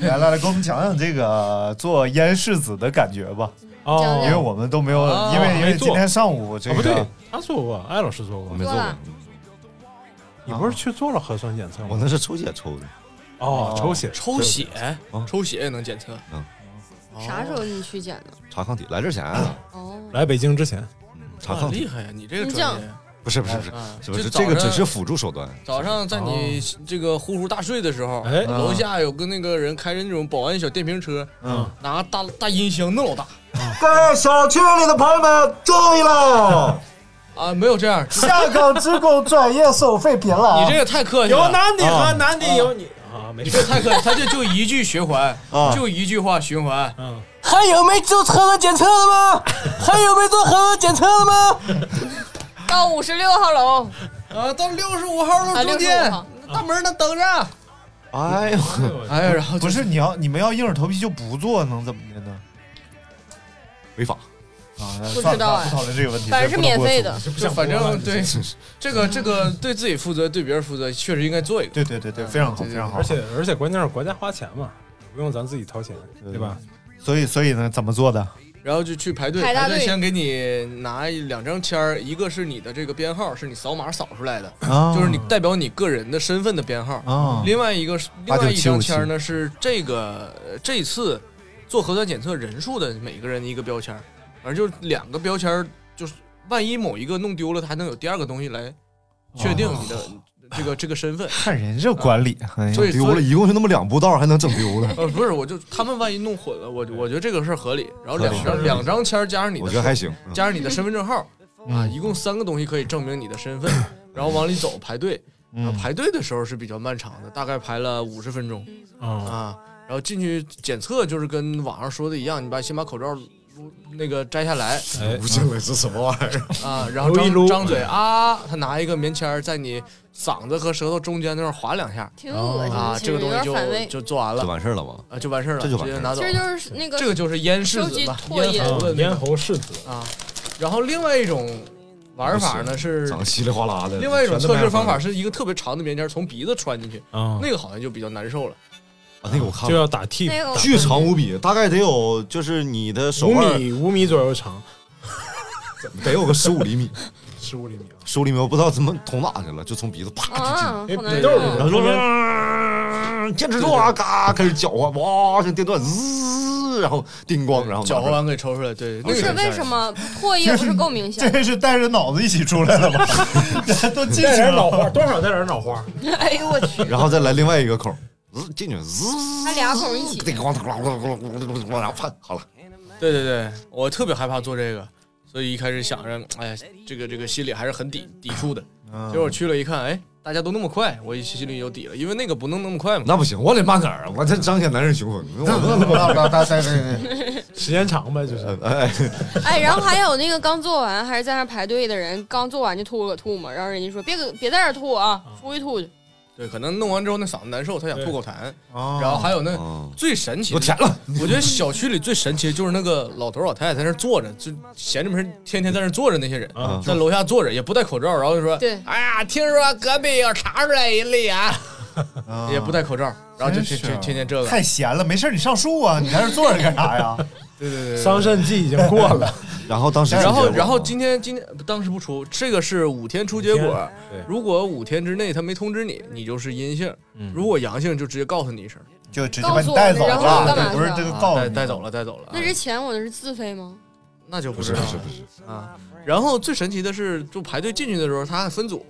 Speaker 1: 来来来，给我们讲讲这个做烟柿子的感觉吧，
Speaker 3: 哦
Speaker 1: 因为我们都没有，
Speaker 5: 哦
Speaker 1: 因为因为
Speaker 3: 没做
Speaker 1: 今天上午这
Speaker 3: 哦
Speaker 1: 个、
Speaker 3: 不对，他做过，艾老师做
Speaker 6: 我
Speaker 3: 过。
Speaker 6: 没做过
Speaker 4: 啊，
Speaker 3: 你不是去做了核酸检测
Speaker 6: 我
Speaker 3: 吗？
Speaker 6: 那是抽血抽的。
Speaker 3: 哦，抽血，
Speaker 5: 抽血
Speaker 6: 嗯，
Speaker 5: 抽血也能检测。
Speaker 4: 啥时候你去检的？
Speaker 6: 查抗体来之前，
Speaker 4: 哦，
Speaker 3: 来北京之前，
Speaker 6: 嗯查
Speaker 5: 啊
Speaker 6: 抗体
Speaker 5: 厉害呀！你这个专业
Speaker 6: 不是不是不是，
Speaker 5: 啊，
Speaker 6: 是不是
Speaker 5: 就
Speaker 6: 这个
Speaker 5: 早
Speaker 6: 只
Speaker 5: 上
Speaker 6: 是辅助手段？
Speaker 5: 早上在你这个呼呼大睡的时候，
Speaker 3: 哎，
Speaker 5: 楼下有个那个人开着那种保安小电瓶车，
Speaker 1: 嗯，
Speaker 5: 拿大大音箱，那老大
Speaker 1: 各位小区里的朋友们注意了，
Speaker 5: 啊，没有这样，
Speaker 1: 下岗职工转业收费别了
Speaker 5: 你这个太客气
Speaker 3: 有
Speaker 5: 了。
Speaker 3: 男的和男的有你啊， 没
Speaker 5: 你
Speaker 3: 事
Speaker 5: 这。太客气，他就就一句循环，就一句话循环。
Speaker 3: 嗯，
Speaker 5: 还有没做核酸检测的 吗？还有没做核酸检测的吗？
Speaker 4: 到五十六号楼，
Speaker 5: 啊，到六十五号
Speaker 4: 啊
Speaker 5: 路中
Speaker 4: 65
Speaker 5: 间
Speaker 4: 号，
Speaker 5: 大门那等着。
Speaker 6: 哎呦，
Speaker 5: 哎呀，然后就
Speaker 1: 不是你要你们要硬着头皮就不做，能怎么的呢？
Speaker 6: 违法！
Speaker 1: 啊，
Speaker 4: 不
Speaker 1: 算了
Speaker 4: 知
Speaker 1: 算了
Speaker 4: 道哎
Speaker 1: 不讨论这个问题，
Speaker 4: 反正
Speaker 1: 这
Speaker 4: 是
Speaker 1: 不能
Speaker 4: 免
Speaker 1: 过去
Speaker 4: 费的。
Speaker 5: 就反正对这个这个对自己负责，对别人负责，确实应该做一个。
Speaker 1: 对对对对，非常好，
Speaker 5: 对
Speaker 1: 非
Speaker 5: 对
Speaker 1: 常好
Speaker 3: 而。且而且关键是国家花钱嘛，也不用咱自己掏钱，对吧？
Speaker 1: 所以所以呢，怎么做的？
Speaker 5: 然后就去排队，
Speaker 4: 排大
Speaker 5: 队
Speaker 4: 队
Speaker 5: 先给你拿两张签儿，一个是你的这个编号，是你扫码扫出来的，
Speaker 1: 啊
Speaker 6: 哦
Speaker 5: 就是你代表你个人的身份的编号。
Speaker 1: 啊，
Speaker 5: 另外一个是另
Speaker 1: 八九
Speaker 5: 外一
Speaker 1: 七五
Speaker 5: 张
Speaker 1: 七
Speaker 5: 签儿呢是这
Speaker 6: 啊
Speaker 5: 个呃这次做核酸检测人数的每个人的一个标签儿，反正就是两个标签儿，就是万一某一个弄丢了，它还能有第二个东西来确定你的这个这个身份。
Speaker 1: 看人这管理，哎呀
Speaker 5: 所以
Speaker 6: 哦丢了，一共就那么两步道，还能整丢了？
Speaker 5: 呃，不是，我就他们万一弄混了，我我觉得这个事儿合理。然后
Speaker 6: 合理
Speaker 5: 两张两张签儿加 上你
Speaker 6: 我
Speaker 5: 的
Speaker 6: 觉得还行。嗯
Speaker 5: 加上你的身份证号啊，
Speaker 1: 嗯
Speaker 5: 一共三个东西可以证明你的身份。然后往里走排队，然后
Speaker 1: 嗯，
Speaker 5: 排队的时候是比较漫长的，大概排了五十分钟
Speaker 3: 嗯，
Speaker 5: 啊。然后进去检测就是跟网上说的一样，你把先把口罩撸那个摘下来
Speaker 3: 哎，
Speaker 6: 进了是什么玩意儿？
Speaker 5: 啊，然后
Speaker 3: 撸一撸
Speaker 5: 张张嘴啊，他拿一个棉签儿在你嗓子和舌头中间那儿划两下
Speaker 4: 挺恶心
Speaker 5: 啊
Speaker 4: 的，，
Speaker 5: 这
Speaker 4: 嗯其
Speaker 5: 个
Speaker 4: 实
Speaker 5: 东
Speaker 4: 有
Speaker 5: 西
Speaker 4: 点反胃
Speaker 5: 就。就做完
Speaker 6: 就
Speaker 5: 了
Speaker 6: 完事儿了吗？
Speaker 5: 啊，就完事儿了，
Speaker 6: 这就完
Speaker 5: 直
Speaker 6: 事儿
Speaker 5: 接拿
Speaker 4: 其
Speaker 5: 走。
Speaker 4: 实就是那个
Speaker 5: 这个就是腌柿
Speaker 4: 收
Speaker 5: 子
Speaker 4: 集
Speaker 5: 吧，
Speaker 4: 唾
Speaker 5: 腌
Speaker 4: 液
Speaker 5: 猴的那
Speaker 3: 啊咽
Speaker 5: 个
Speaker 3: 喉柿子，
Speaker 5: 啊。然后另外一种玩法呢是
Speaker 6: 长得稀里哗啦的。
Speaker 5: 另外一种
Speaker 6: 呃全都
Speaker 5: 测
Speaker 6: 卖
Speaker 5: 试方
Speaker 6: 完
Speaker 5: 法
Speaker 6: 了
Speaker 5: 是一个特别长的棉签儿从鼻子穿进去，
Speaker 3: 嗯，
Speaker 5: 那个好像就比较难受了。
Speaker 6: 啊那个我看
Speaker 3: 就
Speaker 6: 了，
Speaker 3: 要打 T，
Speaker 4: 那个
Speaker 6: 巨长无比，大概得有就是你的手
Speaker 3: 五
Speaker 6: 腕
Speaker 3: 米五米左右长，
Speaker 6: 得有个十五厘米，
Speaker 3: 十五厘米啊。
Speaker 6: 十五厘米，我不知道怎么捅哪去了，就从鼻子啪就进去了。
Speaker 4: 啊，
Speaker 3: 因为
Speaker 4: 好
Speaker 3: 比
Speaker 4: 难
Speaker 3: 豆
Speaker 4: 受
Speaker 5: 对
Speaker 3: 儿里
Speaker 5: 对
Speaker 6: 然
Speaker 3: 边中间
Speaker 6: 后说坚持住啊，嘎开始搅和，哇，像电钻滋，然后叮咣，然后
Speaker 5: 搅和啊完给抽出来，对，那
Speaker 4: 不
Speaker 5: 个
Speaker 4: 哦是
Speaker 5: 很吓
Speaker 4: 为
Speaker 5: 人
Speaker 4: 什？么唾液不是够明 显
Speaker 1: 这是带着脑子一起出来了吧？都进
Speaker 3: 带
Speaker 1: 去
Speaker 3: 点脑
Speaker 1: 了，
Speaker 3: 花，多少带点脑花，
Speaker 4: 的？哎呦我去！
Speaker 6: 然后再来另外一个孔，滋进去滋，
Speaker 5: 哎
Speaker 4: 还俩口 一起
Speaker 6: 叮咣咣咣咣咣咣，然后啪好了，
Speaker 5: 对对对，我特别害怕做这个，所以一开始想着，哎呀，这个这个心里还是很抵抵触的。结果我去了一看，哎，大家都那么快，我心里有底了，因为那个不能那么快嘛。
Speaker 6: 那不行，我得慢点儿，我这彰显男人雄风，我 不能那么
Speaker 1: 大大三声，
Speaker 3: 时间长呗，就是。
Speaker 6: 哎，
Speaker 4: 哎，然后还有那个刚做完还是在那排队的人，刚做完就吐了吐嘛，然后人家说别别在这儿吐啊，出去吐去。
Speaker 5: 对，可能弄完之后那嗓子难受，他想吐口痰。然
Speaker 1: 然
Speaker 5: 后还有那
Speaker 6: 嗯
Speaker 5: 最神奇
Speaker 6: 我
Speaker 5: 的，
Speaker 6: 舔了，
Speaker 5: 我觉得小区里最神奇的就是那个老头老太太在那儿坐着，就闲着没事儿天天在那儿坐着那些人，
Speaker 3: 啊
Speaker 5: 在楼下坐着也不戴口罩，然后就说：“
Speaker 4: 对
Speaker 5: 哎呀，听说隔壁又查出来一例啊，也不戴口罩，然后就天天天天
Speaker 1: 嗯
Speaker 5: 这个，
Speaker 1: 啊 太闲了，没事儿你上树啊，你在这坐着干啥呀？
Speaker 5: 对对对对，
Speaker 3: 伤肾剂已经过了，
Speaker 6: 然后当时
Speaker 5: 然后
Speaker 6: 出结果
Speaker 5: 然后今天今天不当时不出，这个是五天出结果。
Speaker 3: 对，
Speaker 5: 如果五天之内他没通知你，你就是阴性；
Speaker 3: 嗯
Speaker 5: 如果阳性，就直接告诉你一声，
Speaker 1: 就直接把你带走
Speaker 4: 告诉
Speaker 1: 了，
Speaker 4: 我然后干嘛
Speaker 1: 对，
Speaker 4: 去
Speaker 1: 不是
Speaker 4: 了
Speaker 1: 这个
Speaker 5: 啊
Speaker 1: 告诉
Speaker 5: 带
Speaker 1: 你
Speaker 5: 带走了，带走了。
Speaker 4: 那
Speaker 5: 啊
Speaker 4: 之前我的是自费吗？
Speaker 5: 那就
Speaker 6: 不
Speaker 5: 不
Speaker 6: 是
Speaker 5: 知
Speaker 6: 不
Speaker 5: 道
Speaker 6: 是不是，
Speaker 5: 了啊。然后最神奇的是，就排队进去的时候，他还分组，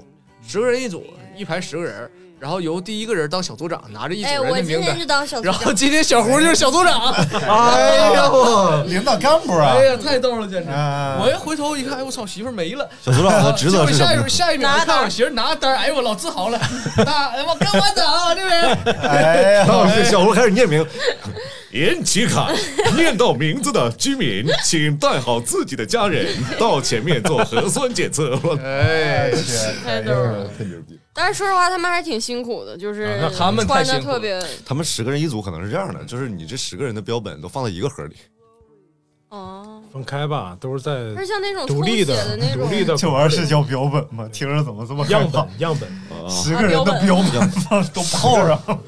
Speaker 5: 十个人一组，一排十个人，然后由第一个人当小组长，拿着一组
Speaker 4: 哎，
Speaker 5: 人
Speaker 4: 我
Speaker 5: 的
Speaker 4: 今
Speaker 5: 名
Speaker 4: 天
Speaker 5: 单。
Speaker 4: 就当小组
Speaker 5: 然
Speaker 4: 长
Speaker 5: 后。今天小胡就是小组 长，
Speaker 1: 哎呀
Speaker 6: 我
Speaker 1: 领导干部啊
Speaker 5: 哎，呀，太逗了，简直！
Speaker 1: 啊
Speaker 5: 我一回头一看，哎，我操，媳妇儿没了。啊
Speaker 6: 小组长的职
Speaker 5: 结
Speaker 6: 责
Speaker 5: 果
Speaker 6: 是
Speaker 5: 下
Speaker 6: 什
Speaker 5: 一
Speaker 6: 么
Speaker 5: 秒？下一秒一
Speaker 4: 拿单
Speaker 5: 看
Speaker 4: 儿
Speaker 5: 我媳妇儿拿单儿，哎呦，我老自 豪了，大，哎我跟我走这边。
Speaker 1: 哎呀，
Speaker 6: 到时小胡开始念名，延期卡， 念到名字的居民，请带好自己的家人到前面做核酸检测。
Speaker 5: 哎
Speaker 1: 这是
Speaker 4: 太逗了
Speaker 6: 太牛逼！
Speaker 4: 但是说实话，他们还挺辛苦的，就是
Speaker 5: 啊那他们太
Speaker 4: 穿
Speaker 5: 辛
Speaker 4: 的
Speaker 5: 苦
Speaker 4: 特别，
Speaker 6: 他们十个人一组可能是这样的，就是你这十个人的标本都放到一个盒里，
Speaker 4: 哦，
Speaker 3: 分开吧，都是
Speaker 5: 嗯
Speaker 3: 在
Speaker 4: 而像那种
Speaker 3: 独立
Speaker 4: 抽血的那
Speaker 3: 独
Speaker 4: 种，
Speaker 3: 立的
Speaker 1: 这玩意儿是叫标本吗？听着怎么这么害
Speaker 3: 样
Speaker 1: 怕？
Speaker 3: 本样本，
Speaker 6: 哦
Speaker 1: 十个人的
Speaker 4: 啊
Speaker 1: 标
Speaker 4: 标
Speaker 1: 本放都泡上了，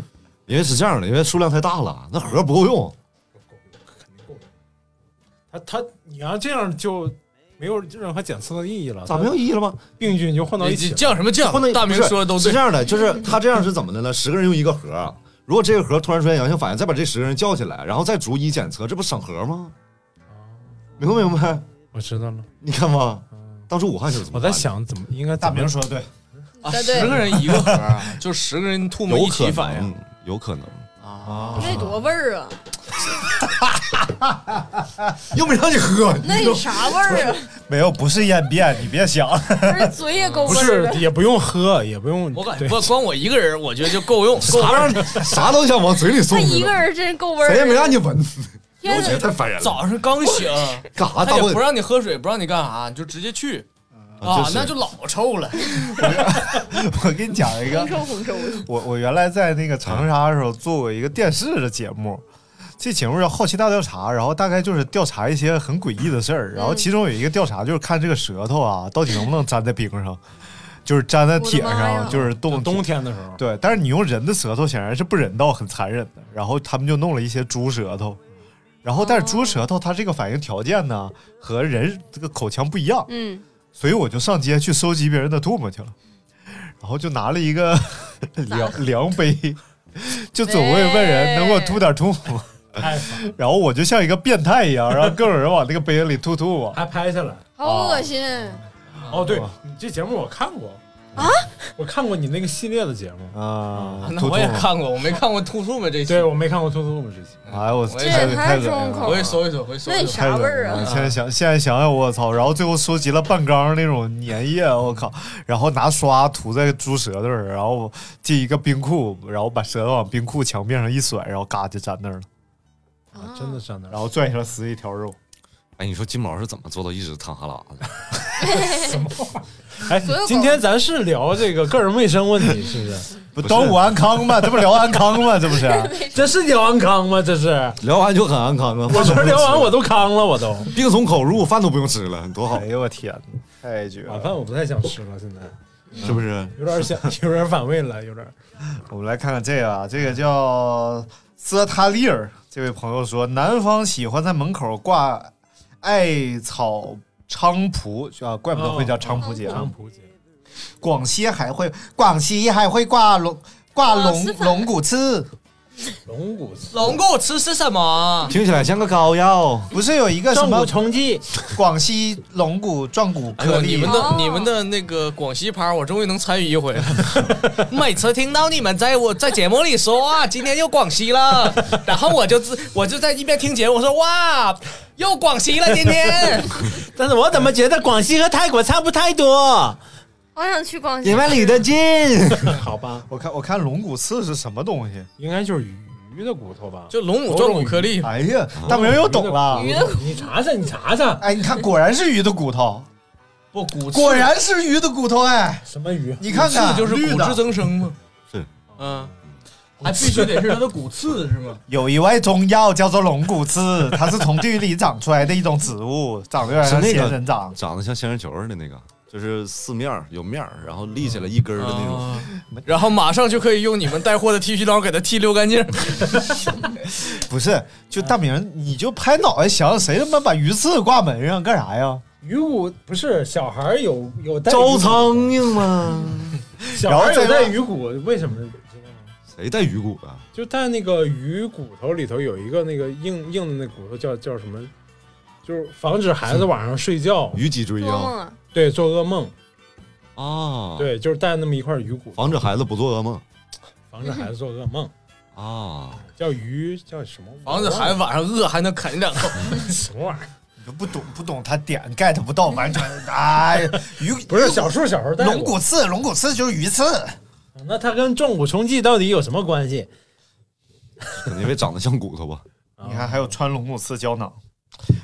Speaker 6: 因为是这样的，因为数量太大了，那盒不够用。
Speaker 3: 他他你要这样就没有任何检测的意义了，
Speaker 6: 咋没有意义了吗？
Speaker 3: 病菌就混到一
Speaker 5: 你
Speaker 3: 起了？
Speaker 5: 犟什么犟啊
Speaker 6: 不能？
Speaker 5: 大明
Speaker 6: 不是
Speaker 5: 说的都
Speaker 6: 是
Speaker 5: 对
Speaker 6: 这。样的，就是他这样是怎么的呢？十个人用一个盒，如果这个盒突然出现阳性反应，再把这十个人叫起来，然后再逐一检测，这不省盒吗？明不明白？
Speaker 3: 我知道了，
Speaker 6: 你看吧，当初武汉就是这么
Speaker 3: 我
Speaker 6: 办的
Speaker 3: 在，想怎么应该
Speaker 1: 大
Speaker 3: 怎么
Speaker 1: 明说的对，
Speaker 5: 啊，
Speaker 4: 对对
Speaker 5: 十个人一 个盒啊，就十个人吐沫
Speaker 6: 有
Speaker 5: 一
Speaker 6: 可
Speaker 5: 起反应
Speaker 6: 能，嗯有可能，
Speaker 5: 啊。
Speaker 4: 那多味 儿啊，
Speaker 6: 又没让你喝，
Speaker 4: 那有啥味 儿啊？
Speaker 1: 没有，不是咽便，你别想。
Speaker 4: 不是嘴也够
Speaker 3: 不
Speaker 4: 味儿
Speaker 3: 是
Speaker 4: 的。
Speaker 3: 也不用喝，也不用
Speaker 5: 我感觉
Speaker 3: 对
Speaker 5: 不光我一个人，我觉得就够用。够
Speaker 6: 啥
Speaker 5: 用
Speaker 6: 玩意儿？啥都想往嘴里
Speaker 4: 他
Speaker 6: 送，
Speaker 4: 一个人真够味儿的，
Speaker 6: 谁也没让你闻，
Speaker 4: 天
Speaker 6: 我觉得
Speaker 4: 哪！
Speaker 6: 太烦人了。
Speaker 5: 早上刚醒，
Speaker 6: 干啥
Speaker 5: 他
Speaker 6: 啊大
Speaker 5: 也
Speaker 6: 过
Speaker 5: 不让你喝水，不让你干啥，你就直接去啊，那就老臭了。
Speaker 1: 我给你讲一个
Speaker 4: 红，臭红臭的，
Speaker 1: 我我原来在那个长沙的时候做过一个电视的节目，这节目叫《好奇大调查》，然后大概就是调查一些很诡异的事儿，然后其中有一个调查就是看这个舌头啊，到底能不能粘在冰上，就是粘在铁
Speaker 4: 我的妈呀
Speaker 1: 上，就是
Speaker 3: 就
Speaker 1: 冻
Speaker 3: 冬。天的时候，
Speaker 1: 对，但是你用人的舌头显然是不人道、很残忍的。然后他们就弄了一些猪舌头，然后但是
Speaker 4: 哦
Speaker 1: 猪舌头它这个反应条件呢和人这个口腔不一样，
Speaker 4: 嗯，
Speaker 1: 所以我就上街去收集别人的吐沫去了，然后就拿了一个量量杯，就总会问人能给我吐点吐沫，
Speaker 3: 拍吧
Speaker 1: 然后我就像一个变态一样，然后各种人往那个杯子里吐吐沫。
Speaker 3: 还拍下来。
Speaker 4: 好恶心。
Speaker 3: 哦，对你这节目我看过
Speaker 4: 啊，
Speaker 3: 我看过你那个系列的节
Speaker 1: 啊，
Speaker 3: 目。
Speaker 5: 哦那
Speaker 1: 吐
Speaker 5: 我也
Speaker 1: 吐沫
Speaker 5: 看过，我没看过吐吐沫这期
Speaker 3: 对，，我没看过《兔兔们》这期，
Speaker 1: 哎呦我
Speaker 5: 这
Speaker 1: 太
Speaker 5: 也
Speaker 1: 太
Speaker 4: 太
Speaker 1: 恶心
Speaker 4: 重口
Speaker 1: 了
Speaker 4: 了。
Speaker 5: 回去搜一搜，回去搜
Speaker 4: 那
Speaker 5: 一
Speaker 4: 你
Speaker 5: 搜。
Speaker 4: 啥味儿啊
Speaker 1: 太恶心了现在想，现在想想，我操！然后最后收集了半缸那种粘液，我靠！然后拿刷涂在猪舌头上，然后进一个冰库，然后把舌头往冰库墙面上一甩，然后嘎就粘那儿了，
Speaker 4: 啊
Speaker 3: 真的站那
Speaker 1: 然后拽下来撕一条肉。
Speaker 6: 哎，你说金毛是怎么做到一直淌哈喇的？
Speaker 3: 哎
Speaker 4: 所有，狗
Speaker 3: 今天咱是聊这个个人卫生问题，是不 是？
Speaker 1: 不
Speaker 6: 不是
Speaker 1: 端午安康吗？这不聊安康吗？这不是？
Speaker 3: 这是聊安康吗？这是，
Speaker 6: 聊完就很安康啊！
Speaker 3: 我这聊 完我都康了，我都
Speaker 6: 病从口入，饭都不用吃了，多好
Speaker 1: 哎，呦我天哪，太绝
Speaker 3: 晚
Speaker 1: 了！
Speaker 3: 饭我不太想吃了，现 在
Speaker 6: 是不是？
Speaker 3: 有点想，有点反胃了，有 点。
Speaker 1: 我们来看看这个啊，这个叫斯塔利尔这位朋友说，南方喜欢在门口挂艾草菖蒲啊，怪不得会叫菖蒲节啊。
Speaker 3: 康普姐，
Speaker 1: 广西还会，广西还会挂龙挂龙龙骨刺，
Speaker 3: 龙骨
Speaker 5: 龙给我吃是什么？
Speaker 6: 听起来像个膏药。
Speaker 1: 不是有一个什
Speaker 3: 正
Speaker 1: 么
Speaker 3: 骨冲剂，
Speaker 1: 广西龙骨壮骨
Speaker 5: 哎呦，
Speaker 1: 颗
Speaker 5: 你
Speaker 1: 粒
Speaker 5: 们？的
Speaker 4: 哦
Speaker 5: 你们的那个广西趴，我终于能参与一回了。每次听到你们在我在节目里说啊，今天又广西了，然后我就自我就在一边听节目，我说哇，又广西了，今天
Speaker 3: 但是我怎么觉得广西和泰国差不太多？
Speaker 4: 好想去广西
Speaker 6: 你，们离得 近，
Speaker 3: 好吧，
Speaker 1: 我看我看龙骨刺是什么东西？
Speaker 3: 应该就是鱼鱼的骨头吧？
Speaker 5: 就龙骨撞骨颗粒。
Speaker 1: 哎呀，大明又懂
Speaker 3: 啊
Speaker 1: 了。
Speaker 4: 鱼的骨
Speaker 3: 你查查，你查查，
Speaker 1: 哎，你看，果然是鱼的骨头，
Speaker 5: 不骨质
Speaker 1: 果然是鱼的骨头哎！
Speaker 3: 什么鱼？
Speaker 1: 你看看，
Speaker 5: 是就是
Speaker 1: 绿
Speaker 5: 骨质
Speaker 1: 的。
Speaker 5: 增生嘛。
Speaker 6: 是，
Speaker 5: 嗯，还必须得是它的骨刺是 吗？
Speaker 1: 有一味中药叫做龙骨刺，它是从地里长出来的一种植物，长得有点像
Speaker 6: 是那
Speaker 1: 仙
Speaker 6: 个
Speaker 1: 人掌。
Speaker 6: 长得像仙人球似的那个，就是四面儿有面儿，然后立起来一根儿的那
Speaker 4: 哦
Speaker 6: 种。
Speaker 5: 啊然后马上就可以用你们带货的剃须刀给它剃溜干净。
Speaker 1: 不是，就大明，你就拍脑袋想，谁他妈把鱼刺挂门上干啥呀？
Speaker 2: 鱼骨不是小孩儿有有带鱼
Speaker 6: 招
Speaker 2: 骨，嗯
Speaker 6: 苍蝇吗？
Speaker 1: 然
Speaker 2: 小
Speaker 1: 后
Speaker 2: 孩儿有
Speaker 1: 再
Speaker 2: 带
Speaker 1: 让
Speaker 2: 鱼骨，为什么知道吗？
Speaker 6: 谁带鱼骨啊？
Speaker 3: 就但那个鱼骨头里头有一个那个硬硬的那骨头叫叫什么？就是防止孩子晚上睡觉，
Speaker 6: 鱼脊椎
Speaker 4: 做
Speaker 6: 啊？
Speaker 4: 梦啊，
Speaker 3: 对，做噩梦，
Speaker 6: 啊，，
Speaker 3: 对，就是带那么一块鱼骨，
Speaker 6: 防止孩子不做噩梦
Speaker 3: 防止孩子做噩梦，
Speaker 6: 啊。
Speaker 3: 叫鱼叫什么？
Speaker 5: 防止孩子晚上饿还能啃两口。
Speaker 3: 子什么玩意儿？
Speaker 1: 你都不懂不懂，他点 get 不到，完全哎呀，鱼
Speaker 3: 不是小树小时候带
Speaker 1: 龙
Speaker 3: 过啊
Speaker 1: 骨，刺，龙骨刺就是鱼刺。
Speaker 5: 啊
Speaker 3: 那它跟撞骨冲剂到底有什么关系？
Speaker 6: 可能因为长得像骨头吧。
Speaker 3: 啊
Speaker 1: 你看，还有穿龙骨刺胶囊，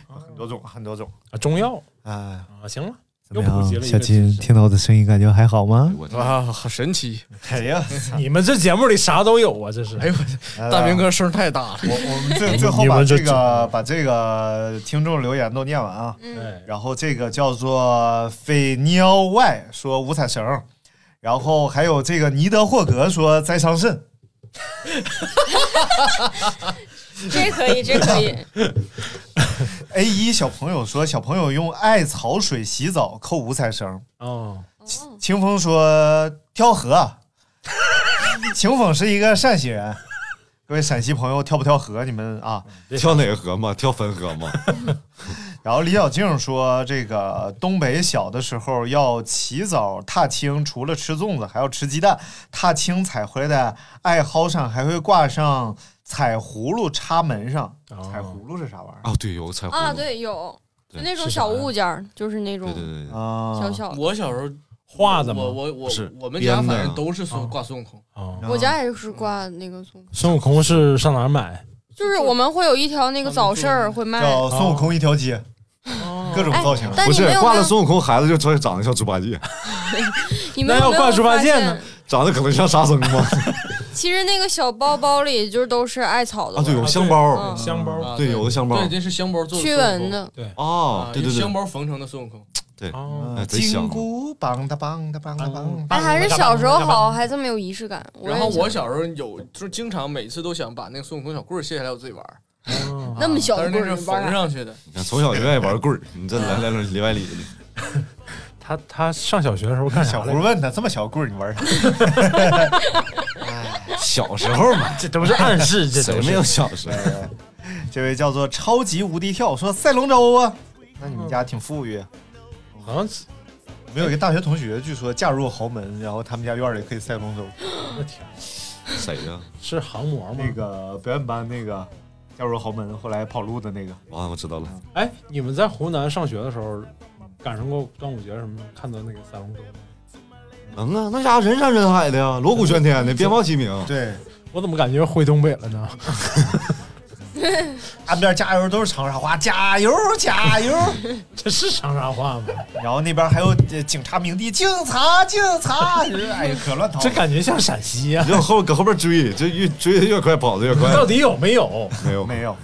Speaker 1: 很多种，很多种。
Speaker 3: 啊中药
Speaker 1: 哎，
Speaker 3: 啊，行了，
Speaker 1: 怎么
Speaker 3: 又普及
Speaker 1: 样？
Speaker 3: 了一
Speaker 1: 小
Speaker 3: 个
Speaker 1: 金
Speaker 3: 知识
Speaker 1: 听到我的声音，感觉还好吗？
Speaker 6: 我天，
Speaker 5: 啊，好神奇！
Speaker 1: 哎呀，
Speaker 3: 你们这节目里啥都有啊，这是
Speaker 5: 哎呦，我大明，哥声儿太大了。
Speaker 1: 我我们最最后把这个把这个听众留言都念完啊。
Speaker 4: 嗯，
Speaker 3: 哎，
Speaker 1: 然后这个叫做菲尼奥外说五彩绳儿，然后还有这个尼德霍格说栽桑葚，
Speaker 4: 这可以，这可以，
Speaker 1: A 一小朋友说，小朋友用艾草水洗澡扣五彩绳。
Speaker 3: 哦，
Speaker 4: 哦，
Speaker 1: 清风说跳河， 清风是一个陕西人，各位陕西朋友跳不跳河？你们啊。
Speaker 6: 跳哪个河嘛？跳汾河 嘛？
Speaker 1: 然后李小静说，这个东北小的时候要起早踏青，除了吃粽子，还要吃鸡蛋。踏青采回来的艾蒿上还会挂上彩葫芦插门上。
Speaker 3: 哦
Speaker 1: 彩葫芦是啥玩意
Speaker 6: 啊，对，有个彩虹
Speaker 4: 啊，，对，有，就
Speaker 6: 对
Speaker 4: 那种
Speaker 6: 是
Speaker 4: 小
Speaker 6: 啥呀
Speaker 4: 物件儿，就是那
Speaker 6: 对
Speaker 4: 种
Speaker 6: 对对
Speaker 1: 儿
Speaker 6: 对，
Speaker 1: 啊？
Speaker 4: 小小的。
Speaker 5: 我小时候
Speaker 3: 画的吗
Speaker 5: 我？我我
Speaker 6: 是
Speaker 5: 我们家
Speaker 6: 编的
Speaker 5: 反正都是说
Speaker 3: 啊
Speaker 5: 挂孙悟空，
Speaker 3: 哦，
Speaker 4: 我家也是挂那个松，
Speaker 3: 孙悟空是上哪儿买？
Speaker 4: 就是我们会有一条那个早市儿会卖，哎
Speaker 1: 叫孙悟空一条街，各种造型。
Speaker 4: 但
Speaker 6: 不
Speaker 4: 你
Speaker 6: 是
Speaker 4: 没有
Speaker 6: 挂
Speaker 4: 没
Speaker 6: 了
Speaker 4: 有
Speaker 6: 孙悟空，孩子就长长得像猪八戒，
Speaker 4: 你们
Speaker 3: 那
Speaker 4: 有
Speaker 3: 要
Speaker 4: 没
Speaker 3: 挂
Speaker 4: 有
Speaker 3: 猪八
Speaker 4: 发
Speaker 3: 戒
Speaker 4: 现
Speaker 3: 呢？
Speaker 6: 长得可能像沙僧 吗？
Speaker 4: 其实那个小包包里就是都是艾草的
Speaker 6: 啊，对，
Speaker 4: 味
Speaker 6: 有
Speaker 4: 儿
Speaker 6: 个香包
Speaker 4: 嗯，
Speaker 3: 香包
Speaker 5: 啊
Speaker 6: 哦对，有个香包
Speaker 5: 对，，这是香包做的
Speaker 4: 驱
Speaker 5: 孙悟空。
Speaker 4: 蚊的，
Speaker 6: 哦
Speaker 5: 啊，，
Speaker 6: 对对
Speaker 5: 香
Speaker 6: 对，
Speaker 5: 包缝成的孙悟空，
Speaker 3: 哦
Speaker 6: 哎
Speaker 1: 嗯
Speaker 6: 贼香
Speaker 1: 金箍棒哒棒哒棒哒棒哒，
Speaker 4: 哎，还是小时候好，还这么有仪式感。
Speaker 5: 然后
Speaker 4: 也
Speaker 5: 我
Speaker 4: 想
Speaker 5: 小时候有，就是经常每次都想把那个孙悟空小棍儿卸下来，我自己玩儿。
Speaker 3: 哦
Speaker 4: 那么小
Speaker 5: 但
Speaker 4: 的
Speaker 5: 是那
Speaker 4: 棍儿
Speaker 5: 是
Speaker 4: 你
Speaker 5: 缝
Speaker 4: 玩啥？
Speaker 5: 上去的，
Speaker 6: 你看从小就爱玩棍儿，你这来来来里外里的，
Speaker 3: 他他上小学的时候干啥
Speaker 1: 小
Speaker 3: 来
Speaker 1: 胡
Speaker 3: 着？
Speaker 1: 问他这么小棍儿你玩啥？
Speaker 6: 小时候嘛，
Speaker 3: 这都是暗示，这
Speaker 6: 谁
Speaker 3: 都
Speaker 6: 没
Speaker 3: 是
Speaker 6: 有小时候？
Speaker 1: 这位叫做超级无敌跳说赛龙舟啊，那你们家挺富裕。
Speaker 3: 好像是
Speaker 1: 我们有一个大学同学，据说嫁入豪门，然后他们家院儿里可以赛龙舟。
Speaker 3: 我天
Speaker 6: 谁呀？
Speaker 3: 是航模吗
Speaker 1: 那？个表演班那个嫁入豪门，后来跑路的那个，
Speaker 6: 啊，我知道了，
Speaker 3: 哎，你们在湖南上学的时候，赶上过端午节什么？看到那个赛龙舟吗？
Speaker 6: 能啊，那家伙人山人海的呀，锣鼓喧天的，鞭炮齐鸣。
Speaker 1: 对，
Speaker 3: 我怎么感觉回东北了呢？
Speaker 1: 岸边加油都是长沙话，加油加油。
Speaker 3: 这是长沙话吗？
Speaker 1: 然后那边还有呃警察鸣笛，警察警察， 哎，可乱套
Speaker 3: 这
Speaker 1: 了。
Speaker 3: 感觉像陕西 呀、
Speaker 6: 你往后搁后边追，这越追得越快，跑得 越快。
Speaker 3: 到底有没有？
Speaker 6: 没有
Speaker 1: 没有，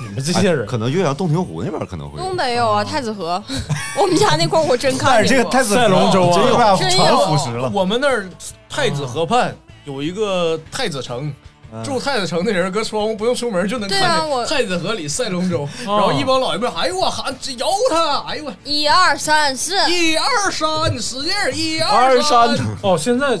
Speaker 3: 你们这些
Speaker 6: 哎
Speaker 3: 人，
Speaker 6: 可能岳阳洞庭湖那边可能会有。
Speaker 4: 东北有啊，太子河， 我们家那块儿我真
Speaker 1: 但
Speaker 4: 看
Speaker 1: 是这
Speaker 4: 见
Speaker 1: 个
Speaker 4: 过。
Speaker 1: 太子
Speaker 3: 赛龙舟啊
Speaker 1: 这个把
Speaker 4: 真有
Speaker 1: 船腐蚀了。
Speaker 5: 我们那儿太子河畔有一个太子城，
Speaker 1: 嗯
Speaker 5: 住太子城的人搁窗户不用出门就能看
Speaker 4: 对啊我
Speaker 5: 见太子河里赛龙
Speaker 1: 哦
Speaker 5: 舟，然后一帮老爷们儿，哎呦我喊这摇他，哎呦我
Speaker 4: 一二三四，
Speaker 5: 一二三，使劲儿一
Speaker 6: 二
Speaker 5: 三
Speaker 6: 山，
Speaker 3: 哦，现在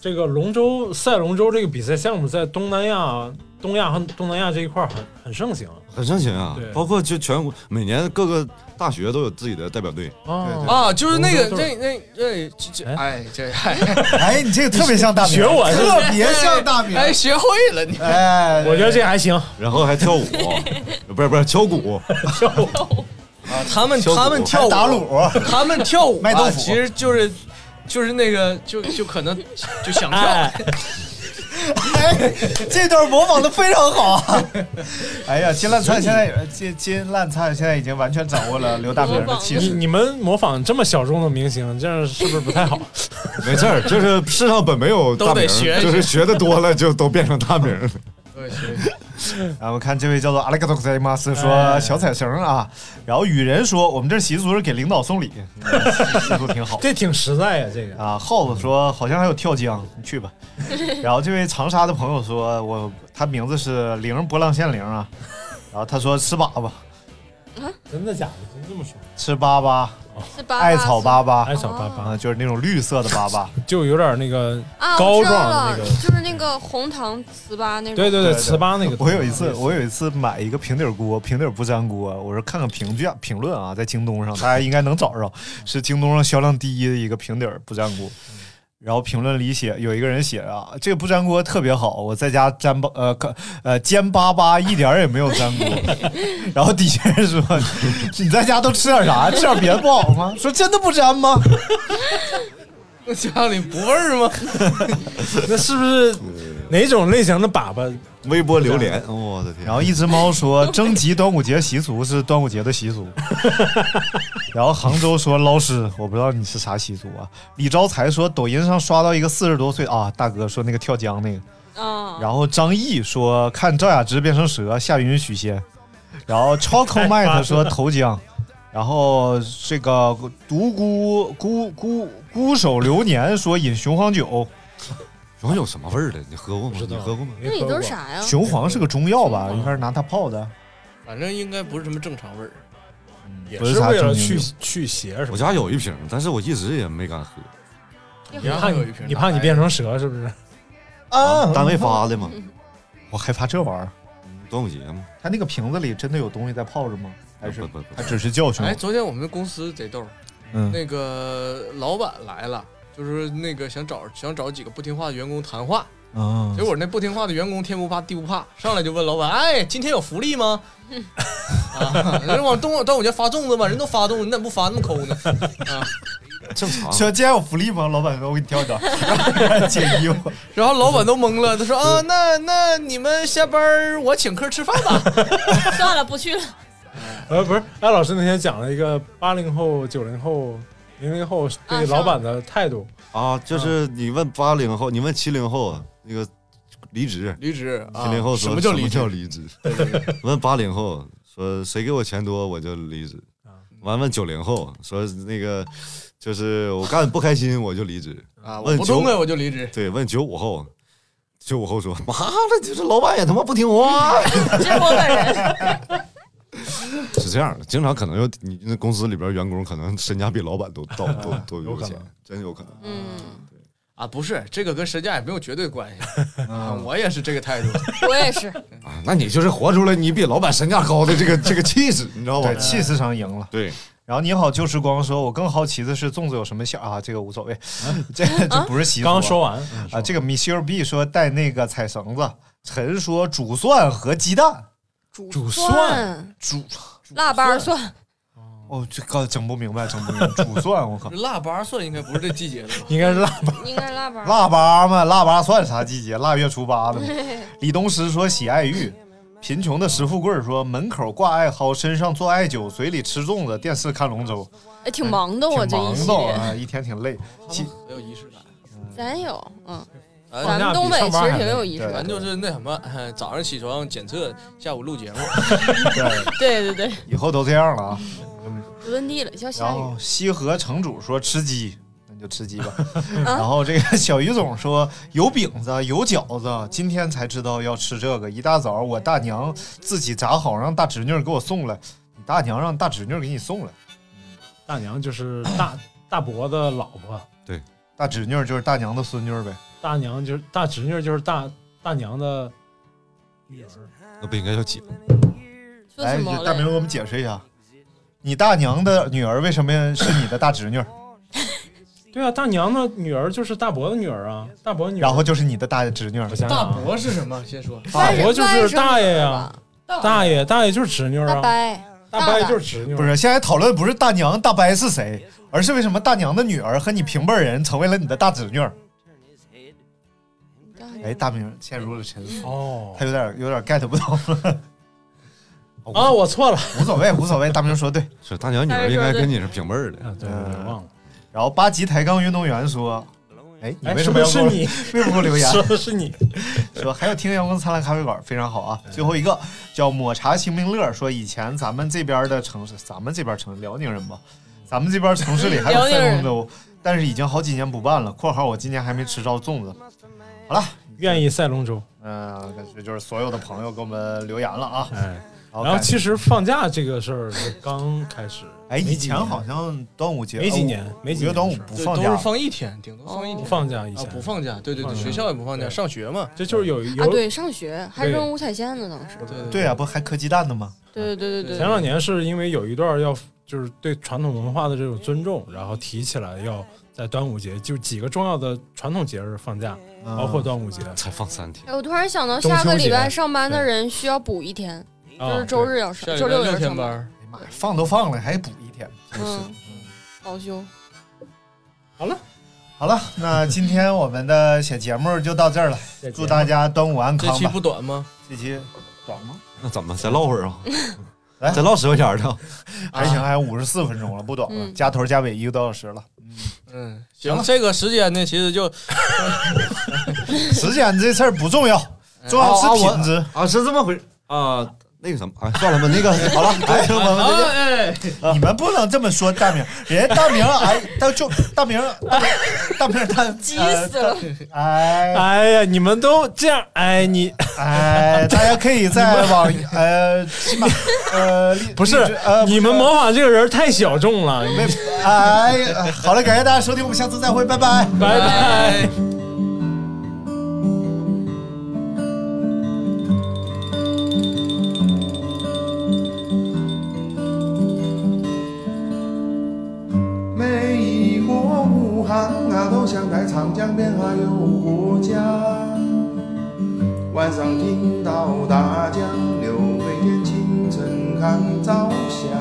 Speaker 3: 这个龙舟赛龙舟这个比赛项目在东南亚、东亚和东南亚这一块儿很很盛行
Speaker 6: 很盛行啊
Speaker 3: 对，
Speaker 6: 包括就全国每年各个大学都有自己的代表队。
Speaker 3: 哦。
Speaker 5: 啊，就是那个
Speaker 3: 龙舟队
Speaker 5: 那那那这这
Speaker 3: 哎
Speaker 5: 哎 这哎
Speaker 1: 哎，你这个特别像大明，
Speaker 3: 学我是
Speaker 1: 特别像大明。
Speaker 5: 哎学会了你
Speaker 1: 哎，
Speaker 3: 我觉得这还行，
Speaker 6: 然后还跳舞，不是不是敲鼓，
Speaker 5: 啊，他们
Speaker 6: 小
Speaker 5: 他们
Speaker 6: 鼓
Speaker 5: 跳
Speaker 1: 还
Speaker 5: 舞
Speaker 1: 打鼓。
Speaker 5: 他们跳舞
Speaker 1: 卖豆
Speaker 5: 啊，
Speaker 1: 腐
Speaker 5: 其实就是就是那个就就可能就想跳
Speaker 3: 哎，，
Speaker 1: 哎， 这段模仿的非常好啊！哎呀，金烂灿现在也金金烂灿现在已经完全掌握了刘大明的气
Speaker 3: 你
Speaker 1: 势。
Speaker 3: 你们模仿这么小众的明星，这样是不是不太好？
Speaker 6: 没事儿，就是世上本没有大
Speaker 5: 都
Speaker 6: 名
Speaker 5: 得学
Speaker 6: 儿，
Speaker 5: 一
Speaker 6: 就
Speaker 5: 学
Speaker 6: 是学的多了就都变成大名儿了。
Speaker 5: 对，
Speaker 1: 然啊后看这位叫做阿里嘎多塞马斯说小彩绳啊，然后雨人说我们这习俗是给领导送礼，嗯习俗挺 好。
Speaker 2: 这挺实在呀，这个
Speaker 1: 啊，耗子说好像还有跳江，你去 吧。然后这位长沙的朋友说，我他名字是零波浪线零 啊，然后他说吃粑粑，
Speaker 2: 真的假的？真这么说？
Speaker 1: 吃粑粑，
Speaker 4: 是粑粑
Speaker 1: 艾草粑粑
Speaker 3: 哎，小巴巴
Speaker 1: 啊，就是那种绿色的粑粑。
Speaker 3: 就有点那个，
Speaker 4: 啊，
Speaker 3: 膏
Speaker 4: 我知
Speaker 3: 状
Speaker 4: 道
Speaker 3: 的
Speaker 4: 了
Speaker 3: 那，种
Speaker 4: 就是那个红糖糍粑那种。
Speaker 3: 对对
Speaker 1: 对对
Speaker 3: 糍粑那个。
Speaker 1: 我有一次，我有一次买一个平底儿锅，平底儿不粘锅，我说看看评价评论啊，在京东上，大家应该能找着，是京东上销量第一的一个平底儿不粘锅。然后评论里写有一个人写啊，这个不粘锅特别好，我在家粘巴呃可呃煎粑粑一点儿也没有粘锅。 然后底下人说你在家都吃点啥？吃点别的不好吗？说真的不粘吗？
Speaker 5: 那 家里不味儿吗？
Speaker 2: 那是不是哪种类型的粑粑？
Speaker 6: 微波榴莲，我的天！
Speaker 1: 然后一只猫说：“征集端午节习俗是端午节的习俗。” 然后杭州说：“捞尸，我不知道你是啥习俗啊。”李招财说：“抖音上刷到一个四十多岁啊大哥说那个跳江那个。”
Speaker 4: 啊，
Speaker 1: 然后张译说：“看赵雅芝变成蛇，夏云许仙。”然后 Choco Mate 说：“投江。”然后这个独孤孤孤孤守流年说：“饮雄黄酒。”
Speaker 6: 熊有什么味儿的？你喝过吗？你喝过吗？
Speaker 4: 那你都是啥呀？
Speaker 1: 雄黄是个中药吧？应该是拿它泡的，
Speaker 5: 反正应该不是什么正常味儿。
Speaker 1: 不
Speaker 3: 嗯是
Speaker 1: 啥
Speaker 3: 为
Speaker 1: 正
Speaker 3: 了
Speaker 1: 经
Speaker 3: 去
Speaker 1: 酒
Speaker 3: 去邪什
Speaker 6: 我
Speaker 3: 么？
Speaker 6: 家有一瓶，但是我一直也没敢喝。
Speaker 4: 你
Speaker 5: 你
Speaker 3: 怕
Speaker 5: 看有一
Speaker 3: 你
Speaker 5: 瓶，
Speaker 3: 你怕你变成蛇是不是？
Speaker 1: 啊
Speaker 6: 单位发的嘛，
Speaker 1: 我害怕这玩意儿。
Speaker 6: 端午节嘛，
Speaker 1: 它那个瓶子里真的有东西在泡着吗？还是
Speaker 6: 不不不
Speaker 1: 它只是教训我？
Speaker 5: 哎，昨天我们公司贼逗，
Speaker 1: 嗯
Speaker 5: 那个老板来了，就是那个想找想找几个不听话的员工谈话，
Speaker 6: 嗯
Speaker 1: 啊
Speaker 5: 结果那不听话的员工天不怕地不怕，上来就问老板：“哎，今天有福利 吗？”啊，人往端午端午节发粽子嘛，人都发粽子，你怎么不发那么抠呢？啊，
Speaker 6: 正常。
Speaker 1: 说今天有福利吗？老板说：“我给你挑一 挑，然后解衣服。
Speaker 5: 然后老板都懵了，他说：“啊，那那你们下班儿我请客吃饭 吧。
Speaker 4: 算了，不去了。
Speaker 3: 呃，不是，艾老师那天讲了一个八零后、九零后、零零后对
Speaker 4: 啊
Speaker 3: 老板的态度，
Speaker 6: 啊，就是你问八零后，你问七零后啊，那个离职”，
Speaker 5: 离职啊，
Speaker 6: 七零后
Speaker 5: 什
Speaker 6: 说
Speaker 5: 么叫离
Speaker 6: 什
Speaker 5: 职
Speaker 6: 么叫？离职？ 问八零后说谁给我钱多我就离职，
Speaker 5: 啊
Speaker 6: 完问九零后说那个就是我干不开心我就离职，
Speaker 5: 啊，我
Speaker 6: 问
Speaker 5: 不
Speaker 6: 九
Speaker 5: 痛快我就离职。
Speaker 6: 对，问九五后。九五后说：“妈的，就是老板也他妈不听话，
Speaker 4: 这我本人，
Speaker 6: 是这样的。经常可能有你那公司里边员工，可能身价比老板都都都都有钱，真有可能。
Speaker 4: 嗯，
Speaker 5: 啊，不是，这个跟身价也没有绝对关系。啊，我也是这个态度。
Speaker 4: 我也是。
Speaker 6: 啊，那你就是活出了你比老板身价高的这个这个气势，你知道吧
Speaker 1: 对，？气势上赢了。
Speaker 6: 对，
Speaker 1: 然后你好旧时光说：“我更好奇的是粽子有什么馅儿啊？这啊个无所谓， 这个这不是习俗。”
Speaker 3: 刚刚说完，
Speaker 2: 嗯
Speaker 1: 啊，这个 m i s s B 说带那个彩绳子，陈说煮蒜和鸡蛋，
Speaker 3: 煮蒜
Speaker 4: 蒜、
Speaker 1: 煮
Speaker 4: 腊八蒜，
Speaker 1: 哦，这个整不明白，整不明白，煮蒜，我靠，
Speaker 5: 腊八蒜应该不是这季节的
Speaker 3: ？
Speaker 5: 吧
Speaker 3: 应该是辣吧？
Speaker 4: 应该腊八。
Speaker 1: 腊八嘛，腊八算啥季节？腊月初八 的嘛。李东石说喜爱玉，贫穷的石富贵说门口挂艾蒿，身上做艾灸，嘴里吃粽子，电视看龙舟，
Speaker 4: 哎，挺忙的
Speaker 1: 挺
Speaker 4: 我这一
Speaker 1: 忙
Speaker 4: 系
Speaker 1: 的
Speaker 4: 列，
Speaker 1: 啊，一天挺累。其
Speaker 5: 很有仪式感。
Speaker 4: 咱有，嗯，
Speaker 5: 哎
Speaker 4: 咱们东北其实挺有仪式
Speaker 1: 对
Speaker 4: 感
Speaker 5: 咱 就是那什么，哎早上起床检测，下午录节目。
Speaker 1: 对，
Speaker 4: 对对对，
Speaker 1: 以后都这样了 啊。
Speaker 4: 不遁地了，叫
Speaker 1: 然
Speaker 4: 下雨
Speaker 1: 后。西河城主说吃鸡，那你就吃鸡吧。
Speaker 4: 啊
Speaker 1: 然后这个小于总说有饼子有饺子，今天才知道要吃这个。一大早我大娘自己炸好，让大侄女给我送来。你大娘让大侄女给你送来，
Speaker 3: 大娘就是大大伯的老婆，
Speaker 1: 大侄女就是大娘的孙女呗。
Speaker 3: 大娘就是大侄女，就是大大娘的女儿。
Speaker 6: 那不应该叫姐吗
Speaker 4: 说
Speaker 1: 来
Speaker 4: 什，么
Speaker 1: 哎大明
Speaker 4: 嘞？
Speaker 1: 给我们解释一下，你大娘的女儿为什么是你的大侄女，
Speaker 3: 对啊，大娘的女儿就是大伯的女儿啊，大伯女儿。
Speaker 1: 然后就是你的大侄女？
Speaker 3: 我想想
Speaker 5: 大
Speaker 3: 啊
Speaker 5: 伯是什么？先说
Speaker 1: 大
Speaker 3: 伯就是大爷呀
Speaker 4: 呀，
Speaker 3: 大爷，大爷就是侄女
Speaker 4: 大
Speaker 3: 啊，
Speaker 4: 伯。
Speaker 3: 大伯就是侄女。
Speaker 1: 不，是，现在讨论不是大娘大伯是谁，而是为什么大娘的女儿和你平辈人成为了你的大侄女。哎，大明陷入了沉思，
Speaker 3: 哦
Speaker 1: 他有点有点 get 不到了。
Speaker 3: 啊，我错了。
Speaker 1: 无所谓，无所谓。大明说对。
Speaker 6: 是
Speaker 1: 嗯
Speaker 6: 大娘女儿应该跟你是平辈儿的。
Speaker 3: 啊，对，我忘了。
Speaker 1: 然后八级抬杠运动员说，哎，你
Speaker 2: 哎
Speaker 1: 为
Speaker 2: 说
Speaker 1: 什么
Speaker 2: 的
Speaker 1: 要给
Speaker 2: 是
Speaker 1: 我
Speaker 2: 你？
Speaker 1: 为什么给我留言？
Speaker 2: 说的是你，
Speaker 1: 说还有听阳光灿烂咖啡馆非常好啊。最后一个叫抹茶星冰乐，说以前咱们这边的城市，咱们这边城市辽宁人吧，咱们这边城市里还有
Speaker 4: 辽宁
Speaker 1: 赛龙
Speaker 4: 人
Speaker 1: 舟，但是已经好几年不办了。（括号我今年还没吃着粽子。）
Speaker 3: 愿意赛龙舟。
Speaker 1: 嗯、感觉就是所有的朋友给我们留言了啊。
Speaker 3: 哎，
Speaker 1: 然
Speaker 3: 然后
Speaker 1: 感谢
Speaker 3: 其实放假这个事儿是刚开始，
Speaker 1: 哎，
Speaker 3: 没
Speaker 1: 以
Speaker 3: 几
Speaker 1: 前
Speaker 3: 年
Speaker 1: 好像端午节哦
Speaker 3: 没几年，没
Speaker 1: 五
Speaker 3: 几
Speaker 1: 月
Speaker 3: 年
Speaker 1: 端午
Speaker 3: 的事儿
Speaker 1: 不
Speaker 5: 对，
Speaker 1: 放
Speaker 5: 都
Speaker 1: 假
Speaker 5: 是，放一天，顶多放一天。
Speaker 3: 哦放假以
Speaker 5: 啊
Speaker 3: 前，
Speaker 5: 不放假，对对
Speaker 3: 不
Speaker 5: 对，
Speaker 3: 放假
Speaker 5: 学校也不放假，
Speaker 3: 对
Speaker 5: 上学嘛。
Speaker 3: 这就是有有
Speaker 4: 啊，对，上学还
Speaker 3: 对
Speaker 4: 扔五彩线呢，当时。
Speaker 5: 对对
Speaker 1: 对啊，不还磕鸡蛋的吗？
Speaker 4: 对对对
Speaker 3: 前
Speaker 4: 对对，
Speaker 3: 两年是因为有一段要就是对传统文化的这种尊重，然后提起来要在端午节就几个重要的传统节日放假，
Speaker 1: 嗯、
Speaker 3: 包括端午节
Speaker 6: 才放三天，
Speaker 4: 哎，我突然想到，
Speaker 3: 中秋
Speaker 4: 下个礼
Speaker 3: 节
Speaker 4: 拜上班的人需要补一天，就
Speaker 3: 啊
Speaker 4: 是，周日要上
Speaker 5: 下，礼
Speaker 4: 周
Speaker 5: 拜
Speaker 4: 六
Speaker 5: 六
Speaker 4: 要
Speaker 5: 天
Speaker 4: 上
Speaker 5: 班。儿，
Speaker 1: 哎呀妈呀，放都放了，还补一天。
Speaker 4: 嗯，保修。
Speaker 1: 好了，那今天我们的小节目就到这儿了，
Speaker 3: 对
Speaker 1: 祝大家端午安
Speaker 5: 这
Speaker 1: 康
Speaker 5: 期
Speaker 1: 吧。
Speaker 5: 不短吗？
Speaker 1: 这期短吗？
Speaker 6: 那怎么再唠会儿啊？
Speaker 1: 来
Speaker 6: 再唠十块钱的，
Speaker 1: 啊还行，还有五十四分钟了，不短了，
Speaker 4: 嗯
Speaker 1: 加头加尾一个多小时了。
Speaker 5: 嗯，
Speaker 1: 行了
Speaker 5: 行，这个时间呢，其实就
Speaker 1: 时间这事儿不重要，重要
Speaker 6: 啊
Speaker 1: 是
Speaker 6: 我
Speaker 1: 品质。
Speaker 6: 啊，是这么回啊。那个什么，哎，算了 吧，那个好了，哎，朋友们，
Speaker 5: 哎，
Speaker 1: 啊你们不能这么说大明，人家大明哎，他就大明，大明大明他急
Speaker 4: 急死了！
Speaker 1: 哎
Speaker 3: 哎呀，你们都这样，哎，你
Speaker 1: 哎，大家可以在网呃起码呃荔
Speaker 3: 不是
Speaker 1: 荔枝呃
Speaker 3: 你们模仿这个人太小众了，
Speaker 1: 没哎呀好了，感谢大家收听，我们下次再会，拜拜。
Speaker 3: 拜拜。
Speaker 5: 哎。
Speaker 7: 美国、武汉啊，都像在长江边还有国家。晚上听到大江流，每天清晨看朝霞。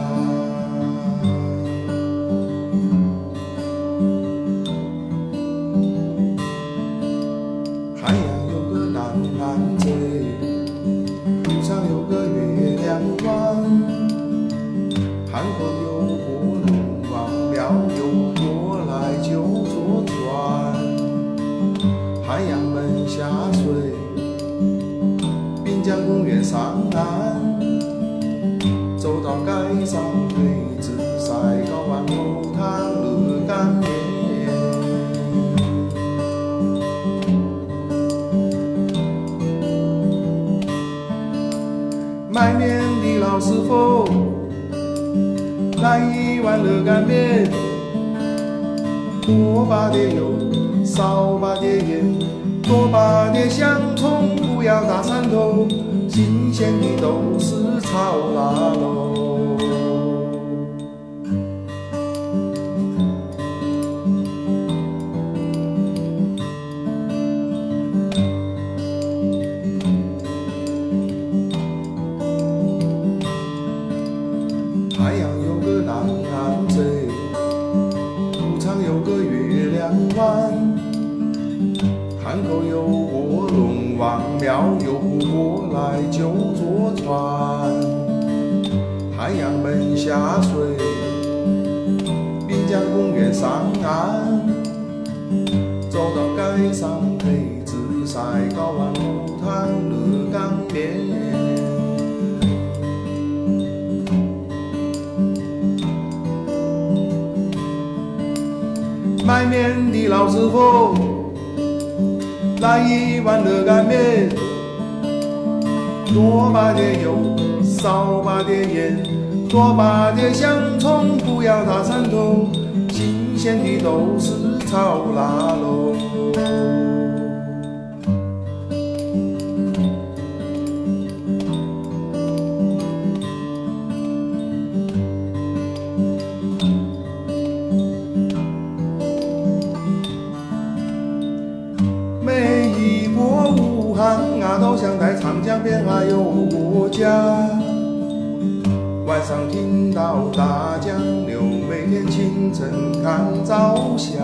Speaker 7: 海洋有个蓝蓝trời，路上有个月亮弯。韩国有国龙王庙，有国来就左转，海洋门下水，滨江公园上岸，走到街上对子晒高玩后滩日干面。卖面的老师傅。来一碗热干面，多八点油，少八点盐，多八点香葱，不要大三头，新鲜的都是炒腊肉。海洋有个蓝蓝trời，武昌有个月亮湾，汉口有卧龙王庙，有过来就坐船，海洋门下水，滨江公园上岸，走到街上配置晒高丸红汤热干面。卖面的老师傅，来一碗热干面，多八点油，少八点盐，多八点香葱，不要大三头，新鲜的都是炒腊肉。每一波武汉啊，都像在长江边还有国家。晚上听到大江流，每天清晨看朝霞。